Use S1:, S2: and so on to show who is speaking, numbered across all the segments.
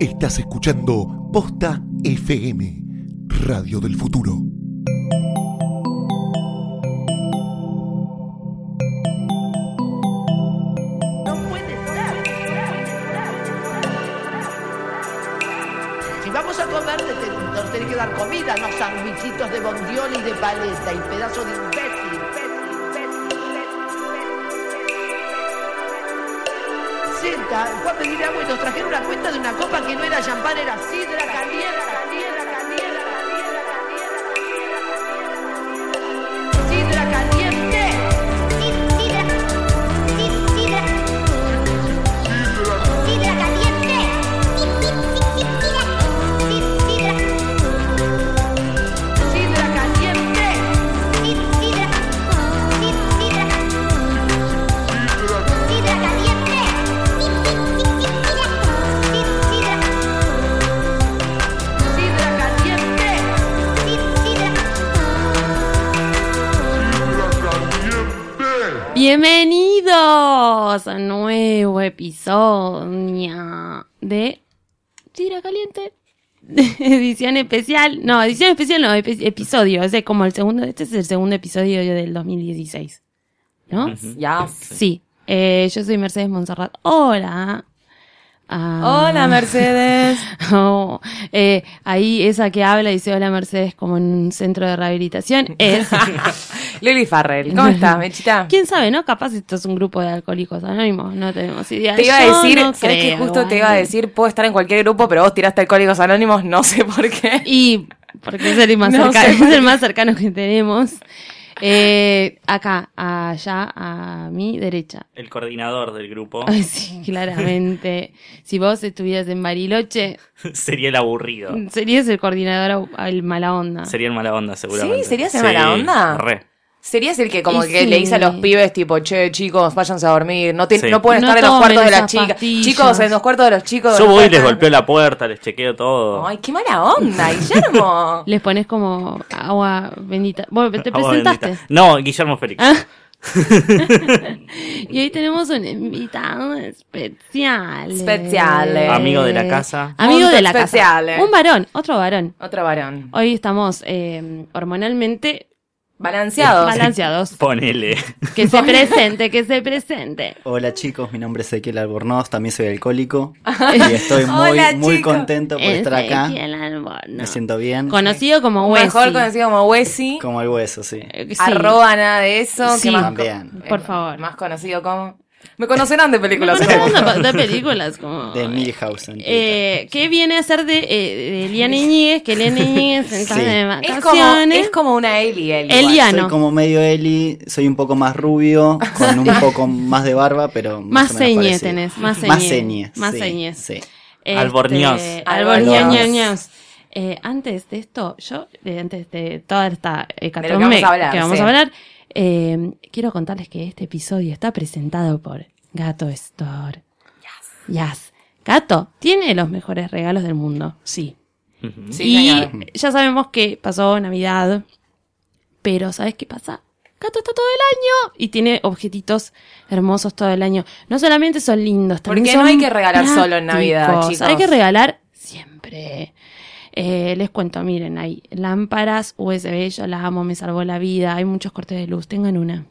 S1: Estás escuchando Posta FM, Radio del Futuro.
S2: No puede ser. Si vamos a comer, te- te- nos tenés que dar comida, no sandwichitos de bondiol y de paleta y pedazo de imbécil. Senta, fue a pedir agua y nos trajeron una cuenta de una copa que no era champán, era sidra caliente, caliente, caliente, caliente, caliente. Sidra caliente. Sidra caliente. Sidra caliente.
S3: Bienvenidos a un nuevo episodio de Tira Caliente. edición especial. No, edición especial no, epi- episodio. Es como el segundo. Este es el segundo episodio del 2016. ¿No?
S4: Ya.
S3: Sí. Eh, yo soy Mercedes Monserrat. Hola. Ah.
S4: Hola Mercedes.
S3: Oh, eh, ahí esa que habla y dice hola Mercedes como en un centro de rehabilitación es
S4: Lili Farrell, ¿cómo estás, Mechita?
S3: ¿Quién sabe, no? Capaz esto es un grupo de alcohólicos anónimos, no tenemos idea.
S4: Te iba a
S3: Yo
S4: decir,
S3: no
S4: ¿sabes qué?
S3: creo,
S4: Justo te
S3: ¿eh?
S4: iba a decir, puedo estar en cualquier grupo, pero vos tiraste Alcohólicos Anónimos, no sé por qué.
S3: Y porque es el más,
S4: No
S3: cercano,
S4: sé.
S3: es el más cercano que tenemos. Eh, acá, allá, a mi derecha.
S5: el coordinador del
S4: Oh.
S5: grupo
S3: Ay, sí, claramente. si vos estuvieras en Bariloche,
S5: sería el aburrido.
S3: serías el coordinador al- al mala onda.
S5: Sería el mala onda, seguramente.
S4: Sí, ¿serías el mala onda?
S5: Re.
S4: Sería el que como
S3: Y
S4: que
S3: sí.
S4: le dice a los pibes tipo, che, chicos, váyanse a dormir, no, te-
S5: Sí.
S4: no pueden
S3: No
S4: estar en los
S3: tomen
S4: cuartos de las
S3: esas
S4: chicas.
S3: pastillas.
S4: Chicos, en los cuartos de los chicos.
S5: Yo
S4: no
S5: voy,
S4: pueden
S5: les
S4: estar-
S5: golpeo la puerta, les chequeo todo.
S4: Ay, qué mala onda, Guillermo.
S3: Les pones como agua bendita. Bueno, te
S5: Agua
S3: presentaste.
S5: bendita. No, Guillermo Félix.
S3: Ah. y hoy tenemos un invitado especial.
S4: Especial.
S5: Amigo de la casa.
S3: Amigo
S4: Punto
S3: de la
S4: especial.
S3: casa. Un varón, otro varón.
S4: Otro varón.
S3: Hoy estamos eh, hormonalmente
S4: Balanceado.
S3: balanceados.
S5: Ponele.
S3: Que se presente, que se presente.
S6: Hola chicos, mi nombre es Ezequiel Albornoz, también soy alcohólico y estoy muy,
S4: Hola,
S6: muy
S4: chicos.
S6: contento por estar acá.
S3: Ezequiel Albornoz.
S6: Me siento bien,
S3: Conocido como Wessi.
S4: Mejor conocido como Wessi.
S6: como el hueso, sí.
S3: Eh, sí.
S4: Arroba nada de eso.
S3: Sí.
S4: que más co-
S6: También.
S3: Por
S4: eh,
S3: favor.
S4: Más conocido como. Me conocerán de
S3: Me
S4: películas.
S3: conocemos de, de películas como...
S6: De Milhouse. en Twitter.
S3: Eh, que viene a ser de, eh, de Eliana Iñiguez, que Eliana Iñiguez está
S6: Sí.
S3: de
S4: es, como,
S3: vacaciones.
S4: es como una Eli, Eli.
S3: Eli-
S6: Igual,
S3: Liano.
S6: Soy como medio Eli, soy un poco más rubio, con un poco más de barba, pero
S3: Más
S6: más, o menos
S3: ceñe
S6: parecido.
S3: tenés, más
S6: Más
S3: ceñe.
S6: ceñe,
S3: Más
S6: sí,
S3: ceñe.
S6: sí.
S3: Este,
S5: Albornoz.
S3: Albornoz.
S6: Albornoz.
S3: Eh, antes de esto, yo, eh, antes de toda esta hecatombe
S4: De lo que vamos a hablar,
S3: que vamos
S4: sí.
S3: a hablar, eh, quiero contarles que este episodio está presentado por Gato Store. Yes. Gato tiene los mejores regalos del mundo, sí.
S5: Ujú.
S4: Sí,
S3: y
S4: señor.
S3: ya sabemos que pasó Navidad, pero ¿sabes qué pasa? Gato está todo el año y tiene objetitos hermosos todo el año. No solamente son lindos, también
S4: Porque no
S3: son
S4: hay que regalar solo en Navidad,
S3: prácticos.
S4: chicos.
S3: Hay que regalar siempre. Eh, les cuento, miren, hay lámparas USB, yo las amo, me salvó la vida. Hay muchos cortes de luz, tengan una.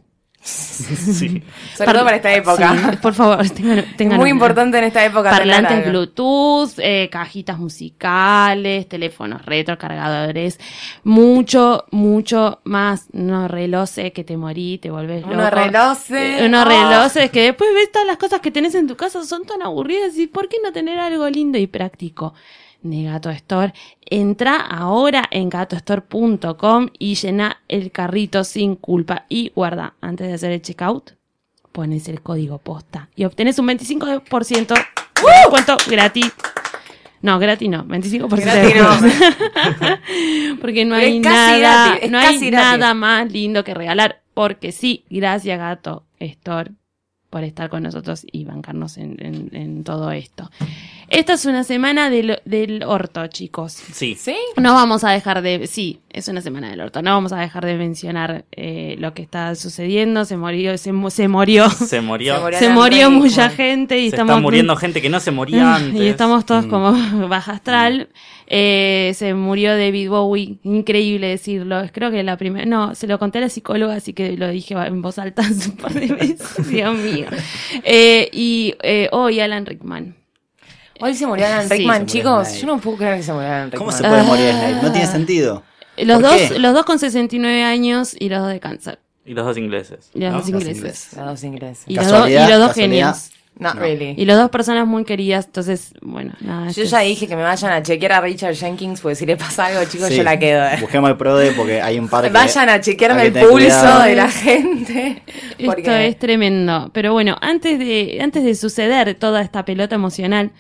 S5: Sí.
S4: Sobre todo
S3: Par-
S4: para esta época.
S3: Sí, por favor, tengan, tengan
S4: Muy
S3: una.
S4: importante en esta época. tener
S3: Parlantes
S4: algo.
S3: Bluetooth, eh, cajitas musicales, teléfonos retro, cargadores, mucho, mucho más. Unos relojes que te morí, te volvés loco.
S4: Unos relojes.
S3: Eh, unos
S4: Oh.
S3: relojes que después ves todas las cosas que tenés en tu casa son tan aburridas y ¿por qué no tener algo lindo y práctico? De Gato Store. Entra ahora en gatostore.com y llena el carrito sin culpa. Y guarda, antes de hacer el checkout, pones el código posta y obtenés un 25% de descuento gratis. No, gratis no, 25% de
S4: Gratis no.
S3: descuento. Porque no
S4: Pero
S3: hay
S4: es casi
S3: nada,
S4: gratis, es
S3: no hay
S4: casi gratis.
S3: nada más lindo que regalar. Porque sí, gracias Gato Store por estar con nosotros y bancarnos en, en- en todo esto. Esta es una semana del, del orto, chicos.
S5: Sí.
S4: ¿Sí?
S3: No vamos a dejar de. Sí, es una semana del orto. No vamos a dejar de mencionar eh, lo que está sucediendo. Se murió, se, mu- se murió.
S5: Se murió.
S4: Se murió.
S3: Se murió
S4: Alan
S3: mucha
S4: Rickman.
S3: gente y
S5: Se
S3: estamos. Ah,
S5: está muriendo gente que no se moría antes.
S3: Y estamos todos
S5: Mm.
S3: como baja astral. Eh, se murió David Bowie, increíble decirlo. Es- Creo que la primera. No, se lo conté a la psicóloga, así que lo dije en voz alta un par de veces. Dios mío. Eh, y eh, hoy Alan Rickman.
S4: Hoy se murió Alan
S3: Sí.
S4: Rickman,
S6: Se murió
S4: chicos.
S6: Alan
S4: Yo no puedo creer que se murió Alan Rickman.
S6: ¿Cómo se
S3: Ah.
S6: puede morir Snape? No tiene sentido.
S3: Los
S6: ¿Por
S3: dos,
S6: qué?
S3: los dos con 69 años y los dos de cáncer.
S5: Y los dos ingleses.
S3: Y los
S5: ¿no?
S3: dos
S6: Los
S3: ingleses.
S6: ingleses.
S4: Los dos ingleses.
S3: Y los, dos, y los
S6: Casualidad,
S3: dos
S6: casualidad.
S3: genios.
S4: Not
S6: No.
S4: really.
S3: Y los dos personas muy queridas. Entonces, bueno, nada.
S4: Yo
S3: este
S4: ya
S3: es-
S4: dije que me vayan a chequear a Richard Jenkins, porque si le pasa algo, chicos,
S6: Sí,
S4: yo la quedo. eh.
S6: Busquemos el PRODE porque hay un par que-
S4: Vayan a chequearme
S6: hay
S4: el
S6: que tener
S4: pulso
S6: cuidado.
S4: de la gente. Porque
S3: Esto es tremendo. Pero bueno, antes de, antes de suceder toda esta pelota emocional,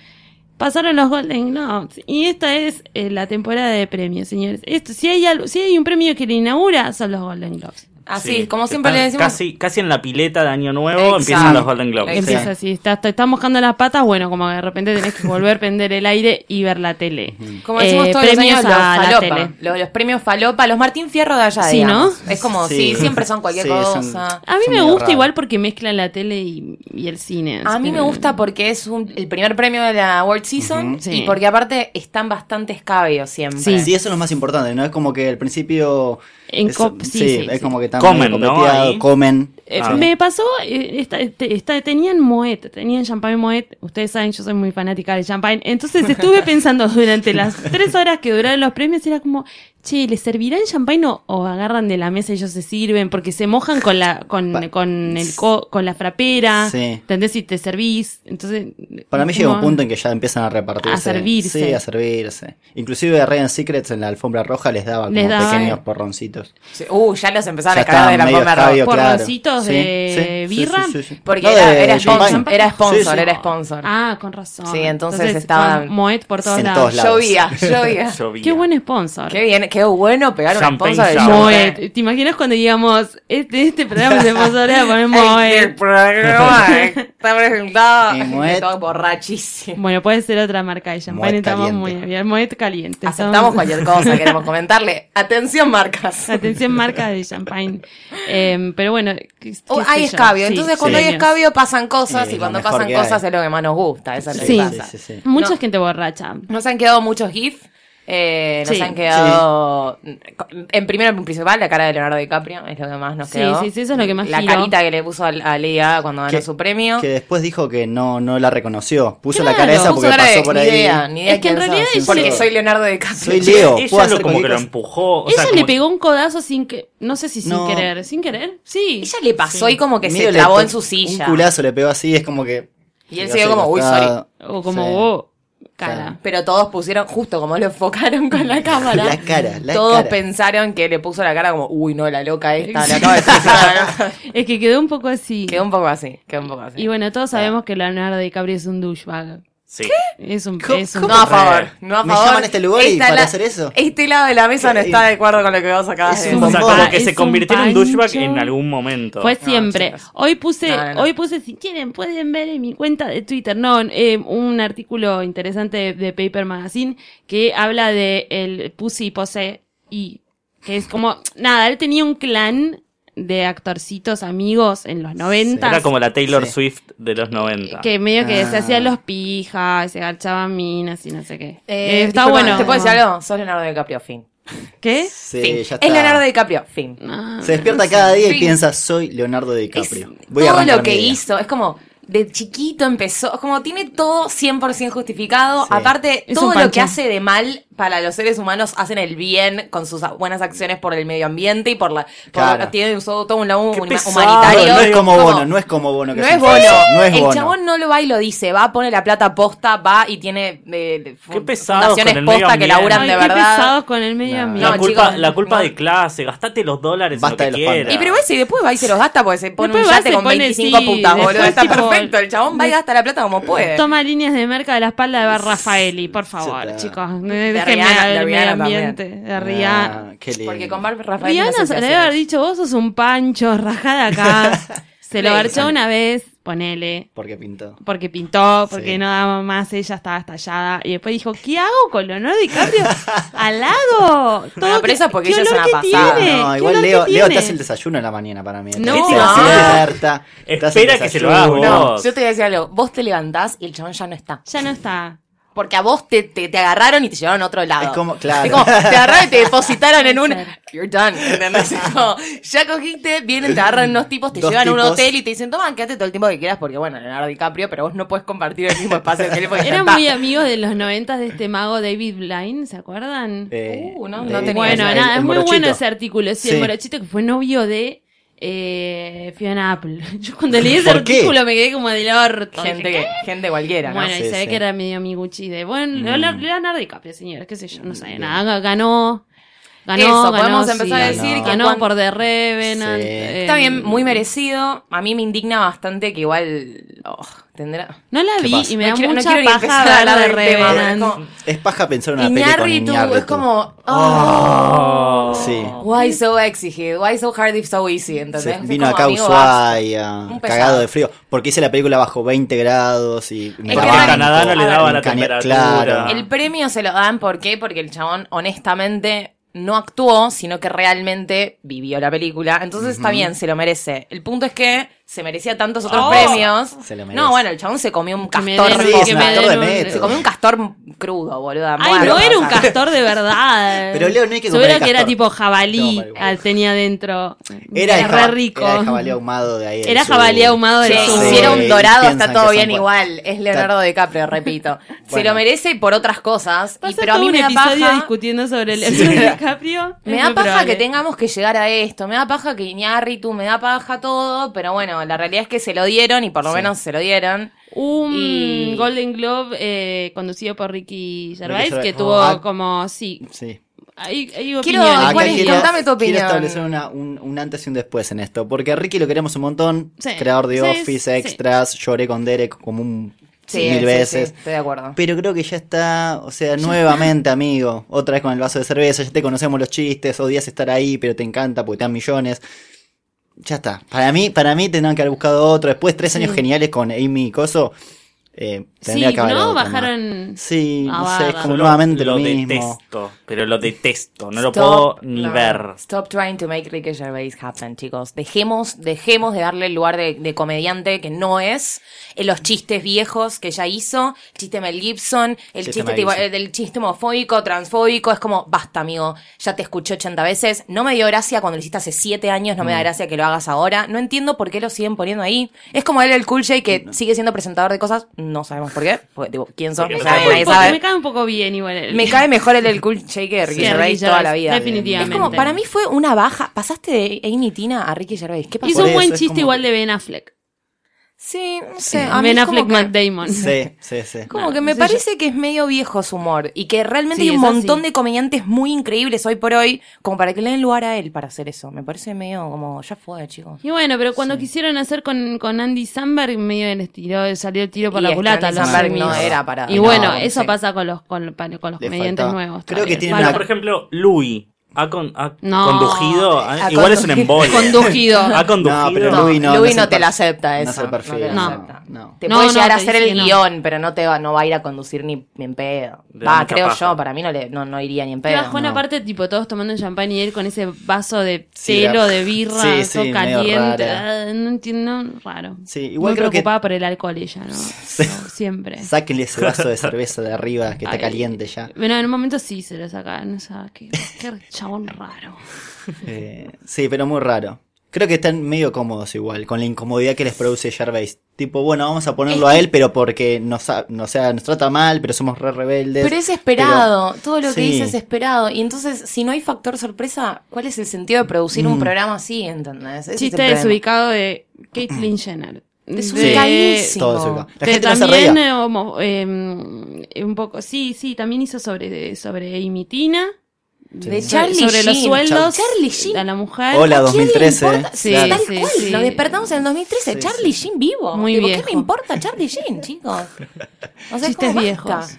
S3: pasaron los Golden Globes. Y esta es eh, la temporada de premios, señores. Esto, si, hay algo- si hay un premio que le inaugura, son los Golden Globes.
S4: así,
S5: Sí,
S4: como
S5: que
S4: siempre le
S5: están
S4: decimos.
S5: Casi, casi en la pileta de Año Nuevo
S4: Exacto.
S5: empiezan los Golden Globes.
S4: Exacto.
S3: Empieza así, estás, te estás mojando las patas, bueno, como de repente tenés que volver a prender el aire y ver la tele.
S4: Como decimos
S3: Eh,
S4: todos los
S3: premios
S4: años, los
S3: a la
S4: falopa.
S3: tele.
S4: Los, los premios falopa, los Martín Fierro de allá.
S3: Sí,
S4: digamos.
S3: ¿no?
S4: Es como, sí,
S6: Sí.
S4: siempre son cualquier
S6: Sí,
S4: cosa.
S6: son-
S3: A mí
S6: Son
S3: me
S6: medio
S3: gusta
S6: raros.
S3: igual porque mezclan la tele y, y el cine.
S4: A mí me gusta porque es un- el primer premio de la World Season
S3: Ujú. Sí.
S4: y porque aparte están bastante escabios siempre.
S3: Sí.
S6: Sí, eso es lo más importante, ¿no? Es como que al principio.
S3: En
S6: es-
S3: cop- sí, sí,
S6: es
S3: sí.
S6: como que están
S5: Comen,
S6: medio
S5: ¿no?
S6: copeteados,
S5: Ahí.
S6: comen.
S3: Eh,
S5: Ah.
S3: Me pasó, eh, esta- te- esta- tenían Moet, tenían champagne Moet. Ustedes saben, yo soy muy fanática del champagne. Entonces estuve pensando durante las tres horas que duraron los premios, era como, che, ¿les servirán champagne o, o agarran de la mesa y ellos se sirven? Porque se mojan con la, con,
S6: Pa-
S3: con el co- con la frapera.
S6: Sí.
S3: ¿Entendés? Si te servís. Entonces.
S6: Para mí llega un
S3: como-
S6: punto en que ya empiezan a
S3: A
S6: repartirse.
S3: servirse.
S6: Sí, a servirse. Inclusive a Ryan Secrets en la alfombra roja les daba como
S3: Les daba.
S6: pequeños porroncitos.
S4: Sí. Uh, ya los empezaron
S6: Ya
S4: a cagar de la
S6: estaban medio
S4: bomba
S6: escabio, claro.
S3: Porroncitos de birra.
S4: Porque
S6: No,
S4: era,
S6: de
S4: era
S6: champagne.
S4: sponsor, era sponsor,
S6: Sí, sí.
S4: era sponsor.
S3: Ah, con razón.
S4: Sí, entonces estaban-
S3: con Moet por todos
S6: En
S3: lados.
S6: todos lados.
S4: Llovía, llovía.
S5: Llovía.
S3: Qué buen sponsor.
S4: Qué bien, qué bueno pegar un
S5: Champagne
S4: sponsor de
S5: shower.
S4: Moet.
S3: Moet. ¿Te imaginas cuando digamos este, este programa se sponsorea por
S4: El
S3: Moet?
S4: programa está presentado
S6: Y Moet.
S4: todo borrachísimo.
S3: Bueno, puede ser otra marca de champán.
S6: Moet
S3: Estamos
S6: caliente.
S3: muy bien. Moet caliente.
S4: Aceptamos
S3: Estamos-
S4: cualquier cosa, queremos comentarle. Atención, marcas.
S3: Atención, marca de champán. Eh, pero bueno. qué- qué
S4: Oh,
S3: sé
S4: hay
S3: yo.
S4: escabio,
S3: Sí,
S4: entonces
S3: sí.
S4: cuando hay
S3: Premios.
S4: escabio pasan cosas
S6: Sí,
S4: y
S6: lo
S4: cuando
S6: mejor
S4: pasan
S6: que
S4: cosas
S6: hay.
S4: es lo que más nos gusta, eso es lo
S3: Sí.
S4: que pasa.
S6: sí, sí.
S3: Mucha
S4: No.
S3: gente borracha.
S4: Nos han quedado muchos GIF. eh, nos
S3: Sí.
S4: han quedado. En primero, en principal, la cara de Leonardo DiCaprio es lo que más nos
S3: Sí,
S4: quedó.
S3: sí, sí, eso es lo que más
S4: La
S3: giró.
S4: carita que le puso a, a Lea cuando ganó
S6: Que-
S4: su premio. Ah,
S6: Que después dijo que no, no la reconoció. Puso
S3: Claro.
S6: la cara esa
S4: Puso
S6: porque
S4: cara de-
S6: pasó por
S4: ni
S6: ahí.
S4: idea, ni idea
S3: Es que en
S4: quién
S3: realidad
S4: sos.
S3: ella-
S4: Porque soy Leonardo DiCaprio.
S6: Soy Leo, puedo
S5: Ella lo, como
S6: hacer
S5: que
S6: cualquier
S5: lo
S6: cosa.
S5: empujó. o
S3: Ella
S5: sea,
S3: le
S5: como-
S3: pegó un codazo sin que. No sé si sin
S6: No.
S3: querer. Sin querer. Sí.
S4: Ella le pasó y como que
S6: Medio
S4: se
S6: le
S4: trabó
S6: to-
S4: en su silla.
S6: Un culazo le pegó así, es como que.
S4: Y él
S6: le
S4: se dio
S6: hace
S4: como, uy, sorry.
S6: costado.
S3: O como,
S6: Sí.
S3: oh, cara.
S4: Pero todos pusieron, justo como lo enfocaron con la cámara.
S6: La cara, la
S4: todos
S6: cara.
S4: pensaron que le puso la cara como, uy, no, la loca esta, le acaba de pisar".
S3: Es que quedó un poco así.
S4: Quedó un poco así, quedó un poco así.
S3: Y bueno, todos sabemos que Leonardo DiCaprio es un douchebag.
S5: Sí.
S3: Es un,
S6: ¿Cómo-
S3: es un
S4: no a
S6: ¿Cómo?
S4: favor, no a
S6: Me
S4: favor.
S6: llaman a este lugar y
S4: Esta
S6: para
S4: la-
S6: hacer eso.
S4: Este lado de la mesa no está de acuerdo con lo que vos acabas
S6: Es
S4: de
S6: un
S4: decir.
S5: O sea,
S6: bombón.
S5: como que
S3: Ah, Es
S5: se
S3: un
S5: convirtió en un douchebag
S3: pancho.
S5: en algún momento.
S3: Fue siempre.
S4: chicas.
S3: Hoy puse,
S4: No, no.
S3: hoy puse, si quieren, pueden ver en mi cuenta de Twitter, no, eh, un artículo interesante de, de Paper Magazine que habla de el Pussy Pose y que es como, nada, él tenía un clan de actorcitos amigos en los 90.
S4: Ah,
S5: Era como la Taylor
S6: Sí.
S5: Swift de los 90.
S3: Que medio que se
S6: Ah.
S3: hacían los pijas, se agachaban minas y no sé qué.
S4: Eh,
S3: Eh, está
S4: disculpa,
S3: bueno.
S4: ¿Te puedo decir algo? Sos Leonardo DiCaprio, fin.
S3: ¿Qué?
S6: Sí,
S4: Fin.
S6: ya está.
S4: Es Leonardo DiCaprio, fin.
S3: Ah.
S6: Se despierta cada día
S4: Sí.
S6: y piensa, soy Leonardo
S4: Es
S6: DiCaprio. Voy a
S4: todo
S6: arrancar
S4: lo que
S6: mi día.
S4: hizo, es como de chiquito empezó, es como tiene todo 100% justificado,
S6: Sí.
S4: aparte
S3: Es un
S4: todo lo
S3: pancho.
S4: que hace de mal para los seres humanos hacen el bien con sus a- buenas acciones por el medio ambiente y por la por-
S6: Claro.
S4: tiene un- todo un lado
S5: Qué
S4: huma-
S5: pesado,
S4: humanitario.
S6: No, no es como Bono, no es como Bono. que
S4: No
S6: hace
S4: es
S6: un falso.
S4: bono.
S6: No es
S4: el
S6: Bono.
S4: chabón no lo va y lo dice. Va, pone la plata posta, va y tiene eh, fun-
S5: Qué pesados
S4: fundaciones
S5: con el medio
S4: posta que laburan
S3: Ay,
S4: de
S3: qué
S4: verdad.
S3: pesados con el medio
S6: No.
S3: ambiente.
S5: La
S4: No,
S5: culpa,
S4: chicos,
S5: la culpa
S4: no.
S5: de clase, gastate los dólares
S6: Basta
S5: en lo
S6: de los
S5: que
S6: pandas.
S5: quieras.
S4: Y pero ese después va y se los gasta porque se pone
S3: Después
S4: un
S3: va,
S4: yate
S3: se
S4: con
S3: pone,
S4: 25
S3: sí,
S4: putas, boludo.
S3: después,
S4: Está
S3: tipo,
S4: perfecto. El chabón va y gasta la plata como puede.
S3: Toma líneas de merca de la espalda de Barra Faeli, por favor,
S6: Sí, está.
S3: chicos.
S4: Rihanna,
S3: Déjenme
S4: de
S3: hablar del medio
S4: Rihanna también.
S3: ambiente. De Rihanna.
S6: Ah, qué lindo.
S4: Porque con Barbie Rafael.
S3: Rihanna se le debe haber dicho, vos sos un pancho, rajada acá. se lo
S4: Sí.
S3: garchó una vez, ponele,
S6: Porque pintó.
S3: porque pintó, porque
S6: Sí.
S3: no daba más, ella estaba estallada. Y después dijo, ¿qué hago con Leonardo DiCaprio al lado?
S4: pero eso es porque ella es una pasada.
S6: Ah, No, igual Leo, Leo te hace el desayuno en la mañana para mí.
S3: No.
S6: Te hace
S4: No.
S6: la tarta, te hace el
S5: Espera que se lo hagas
S6: desayuno.
S4: No,
S5: vos.
S4: yo te voy a decir algo. Vos te levantás y el chabón ya no está.
S3: Ya no está.
S4: Porque a vos te, te, te agarraron y te llevaron a otro lado.
S6: Es como- claro.
S4: Es como, te agarraron y te depositaron en un. You're done. ¿entendés? Es como, ya cogiste, vienen, te agarran unos tipos, te
S6: Dos
S4: llevan a un
S6: tipos.
S4: hotel y te dicen, toma, quédate todo el tiempo que quieras porque, bueno, Leonardo DiCaprio, pero vos no puedes compartir el mismo espacio que él porque ya
S3: Era
S4: está.
S3: muy amigo de los noventas de este mago David Blaine, ¿se acuerdan?
S6: Eh,
S4: Uh, no,
S6: de-
S4: no tenía
S3: Bueno,
S6: el-
S3: nada,
S6: el
S3: es muy
S6: morochito.
S3: bueno ese artículo. Sí, el
S6: Sí.
S3: morochito que fue novio de eh, Fiona Apple. Yo cuando leí ese
S6: ¿Por qué?
S3: artículo me quedé como del orto. Dije,
S4: Gente, gente cualquiera, ¿no?
S3: Bueno, y
S6: Sí,
S3: se ve
S6: sí. Mm.
S3: que era medio amiguchi de, bueno, Leonardo, Leonardo DiCaprio, señores, qué sé yo, no sé,
S6: Bien.
S3: nada, ganó, ganó,
S4: Eso,
S3: ganó,
S4: podemos
S3: sí,
S4: empezar
S6: a
S3: ganó.
S6: decir que
S3: ganó
S4: cuan-
S3: por The Revenant.
S6: Sí.
S3: eh,
S4: Está bien, muy merecido. A mí me indigna bastante que igual oh, tendrá.
S3: No la
S6: ¿Qué
S3: vi
S6: pasa?
S3: y me
S4: No
S3: da
S4: quiero- no
S3: mucha
S4: quiero ni
S3: paja
S4: empezar a
S3: hablar
S4: hablar
S3: de
S4: del tema,
S3: Revenant.
S4: es como-
S6: Es paja pensar en una peli con
S4: Iñárritu
S6: Iñárritu.
S4: es como. Oh,
S6: Sí.
S4: Why so exigid? Why so hard if so easy?
S6: Se
S4: ¿Entendés? Es
S6: vino
S4: como,
S6: acá a
S4: amigo,
S6: Ushuaia,
S4: Un pesado.
S6: cagado de frío, porque hice la película bajo 20 grados y... me
S4: que
S5: Porque
S4: Banco.
S5: en Canadá no le
S4: A ver,
S5: daba la
S6: Caña-
S5: temperatura.
S6: claro.
S4: basta. ah, El premio se lo dan, ¿por qué? Porque el chabón, honestamente, no actuó, sino que realmente vivió la película. Entonces está bien, se lo merece. El punto es que se merecía tantos otros
S3: Oh.
S4: premios.
S6: Se lo merece.
S4: no, bueno, el chabón se comió un
S3: Que me
S4: castor.
S3: den-
S6: Sí,
S4: posta.
S6: es
S3: que
S6: un
S3: me
S6: actor
S3: den
S6: de
S3: un-
S6: metro.
S4: se comió un castor crudo, boluda.
S3: Ay,
S4: Bueno.
S3: no era un castor de verdad.
S6: Pero Leo no hay que
S3: Seguro
S6: comprar el
S3: que era
S6: castor.
S3: tipo jabalí,
S6: No, vale,
S3: al- tenía dentro.
S6: Era, de
S3: re
S6: jaba-
S3: rico.
S6: Era de jabalí ahumado de ahí. del
S3: Era
S6: sur.
S3: jabalí ahumado del
S4: Che,
S3: sur.
S6: Sí,
S4: hicieron dorado,
S6: piensan
S4: está
S6: que
S4: todo
S6: son
S4: bien
S6: cua-
S4: igual. Es Leonardo DiCaprio, repito. Se
S6: Bueno.
S4: lo merece por otras cosas.
S3: Va a
S4: y-
S3: ser
S4: pero a
S3: todo
S4: mí
S3: un
S4: me da
S3: episodio
S4: paja.
S3: discutiendo sobre Leonardo DiCaprio. Es
S4: Me da
S3: muy
S4: paja
S3: probable.
S4: que tengamos que llegar a esto, me da paja que Iñárritu, me da paja todo, pero bueno, la realidad es que se lo dieron y por lo
S6: Sí.
S4: menos se lo dieron.
S3: Un
S4: Y-
S3: Golden Globe eh, conducido por Ricky Gervais,
S6: Gervais.
S3: que tuvo
S6: Ah.
S3: como, sí,
S6: Sí.
S3: hay, hay
S4: Quiero-
S3: opiniones.
S4: ¿cuál
S6: Acá
S4: es?
S6: quiero,
S4: Contame tu
S6: quiero
S4: opinión.
S6: establecer una- un, un antes y un después en esto, porque a Ricky lo queremos un montón,
S3: Sí,
S6: creador de
S3: sí,
S6: Office,
S3: sí.
S6: extras, lloré con Derek como un
S4: Sí,
S6: mil
S4: sí,
S6: veces.
S4: sí, estoy de acuerdo.
S6: Pero creo que ya está, o sea, nuevamente, amigo, otra vez con el vaso de cerveza, ya te conocemos los chistes, odias estar ahí, pero te encanta porque te dan millones. Ya está. Para mí, para mí tendrán que haber buscado otro. Después tres años geniales con Amy y Coso, eh, tendría
S3: Sí,
S6: que haber
S3: ¿no?
S6: otro más.
S3: Bajaron
S6: Sí,
S3: a
S6: no sé, es
S3: barra.
S6: como
S5: Lo-
S6: nuevamente lo,
S5: lo
S6: mismo.
S5: detesto, pero lo detesto, no lo
S4: Stop,
S5: puedo ni
S4: no.
S5: ver.
S4: Stop trying to make Ricky Gervais happen, chicos. Dejemos, dejemos de darle el lugar de, de comediante que no es. En los chistes viejos que ya hizo, el chiste Mel Gibson, el
S6: Chiste
S4: chiste
S6: Mel
S4: tipo-
S6: Gibson.
S4: eh, del chiste homofóbico, transfóbico, es como, basta, amigo, ya te escuché 80 veces. No me dio gracia cuando lo hiciste hace 7 años, no me
S5: Mm.
S4: da gracia que lo hagas ahora. No entiendo por qué lo siguen poniendo ahí. Es como él, el Cool J, que sigue siendo presentador de cosas, no sabemos por qué. Porque, tipo, ¿quién son?
S5: Porque
S4: No
S5: no
S4: sabe,
S5: sabemos.
S4: nadie
S3: Porque
S4: sabe.
S3: me cae un poco bien igual. el-
S4: Me cae mejor el del cool shaker
S3: Sí,
S4: Ricky Gervais
S3: Ricky
S4: toda la
S3: Gervais,
S4: vida.
S3: definitivamente.
S4: Es como, para mí fue una baja. Pasaste de Amy Tina a Ricky Gervais. ¿Qué pasó?
S3: Hizo
S6: Por
S3: un buen
S6: eso es
S3: chiste
S6: como
S3: igual
S6: que-
S3: de Ben Affleck.
S4: Sí, no sé. a mí
S3: ben
S4: es como
S3: Affleck,
S4: que-
S3: Matt Damon.
S6: Sí, sí, sí.
S4: Como
S3: No,
S4: que me
S3: no sé,
S4: parece que es medio viejo su humor y que realmente
S3: Sí,
S4: hay un
S3: eso
S4: montón
S3: sí.
S4: de comediantes muy increíbles hoy por hoy como para que le den lugar a él para hacer eso. Me parece medio como, ya fue, chicos.
S3: Y bueno, pero cuando quisieron hacer con, con Andy Samberg, medio les tiró, salió el tiro por
S4: Y
S3: la
S4: es que
S3: culata.
S4: Andy
S3: los
S4: Samberg no
S3: Emmys.
S4: era para-
S3: Y
S4: no,
S3: bueno,
S4: no
S3: eso
S4: sé.
S3: pasa con los, con, pa- con los
S6: Le
S3: comediantes
S6: falta-
S3: nuevos.
S6: creo que
S3: también.
S6: tienen
S3: Falta.
S5: Por ejemplo, Louis ha, con- ha
S3: No.
S5: conducido, ha-
S4: Ha
S5: igual es un
S4: conducido.
S5: embole.
S3: Conducido.
S5: Ha conducido.
S6: No, pero Louis no.
S4: Louis
S6: es el
S4: no te
S6: per-
S4: la acepta
S6: no
S4: eso.
S6: es el perfil,
S4: te la
S3: no.
S4: acepta.
S6: No.
S4: Te
S3: No,
S4: puede
S3: no,
S4: llegar a
S3: te
S4: hacer
S3: dice
S4: el
S3: que no.
S4: guión, pero no te va, no va a ir a conducir ni, ni en pedo.
S5: Le da
S4: Va,
S5: mucha
S4: creo
S5: paja.
S4: yo, para mí no le, no, no iría ni en
S3: Qué
S4: pedo.
S3: bajón,
S6: no.
S3: aparte, tipo, todos tomando champán y él con ese vaso de
S6: Sí, la-
S3: celo, de birra,
S6: Sí,
S3: todo
S6: sí, medio
S3: caliente.
S6: rara.
S3: Ah, No entiendo, no, raro.
S6: Sí, igual
S3: Muy
S6: creo que-
S3: preocupada por el alcohol ella, ¿no? No, siempre.
S6: Sáquenle ese vaso de cerveza de arriba que está
S3: Ay.
S6: caliente ya.
S3: Bueno, en un momento sí se lo sacaron, o sea, ah, qué, qué chabón raro.
S6: Eh, sí, pero muy raro. Creo que están medio cómodos igual, con la incomodidad que les produce Gervais. Tipo, bueno, vamos a ponerlo a él, pero porque nos, ha- no, o sea, nos trata mal, pero somos re rebeldes.
S4: Pero es esperado, todo lo que
S6: Sí.
S4: dice es esperado. Y entonces, si no hay factor sorpresa, ¿cuál es el sentido de producir un
S6: Mm.
S4: programa así, entendés? Ese es el
S3: Chiste
S4: problema.
S3: desubicado de Caitlyn Jenner.
S4: Desubicadísimo.
S6: Todo desubicado. La
S3: de
S6: gente no se
S3: también
S6: reía.
S3: eh, homo- eh, un poco, sí, sí, también hizo sobre, sobre Amy Tina,
S4: De
S6: Sí.
S4: Charlie
S3: sobre los
S4: Sheen.
S3: sueldos
S4: Charlie Sheen.
S3: a la mujer.
S6: Hola,
S4: ¿A quién le
S6: 2013.
S4: importa? Sí,
S3: Claro.
S4: tal
S3: Sí,
S4: cual.
S3: sí.
S4: Lo despertamos en el 2013.
S6: Sí,
S4: Charlie Sheen vivo.
S3: Muy
S4: Digo,
S3: viejo.
S4: ¿Qué me importa Charlie Sheen, chicos? O sea, es
S3: Chistes
S4: como
S3: viejos.
S4: basta.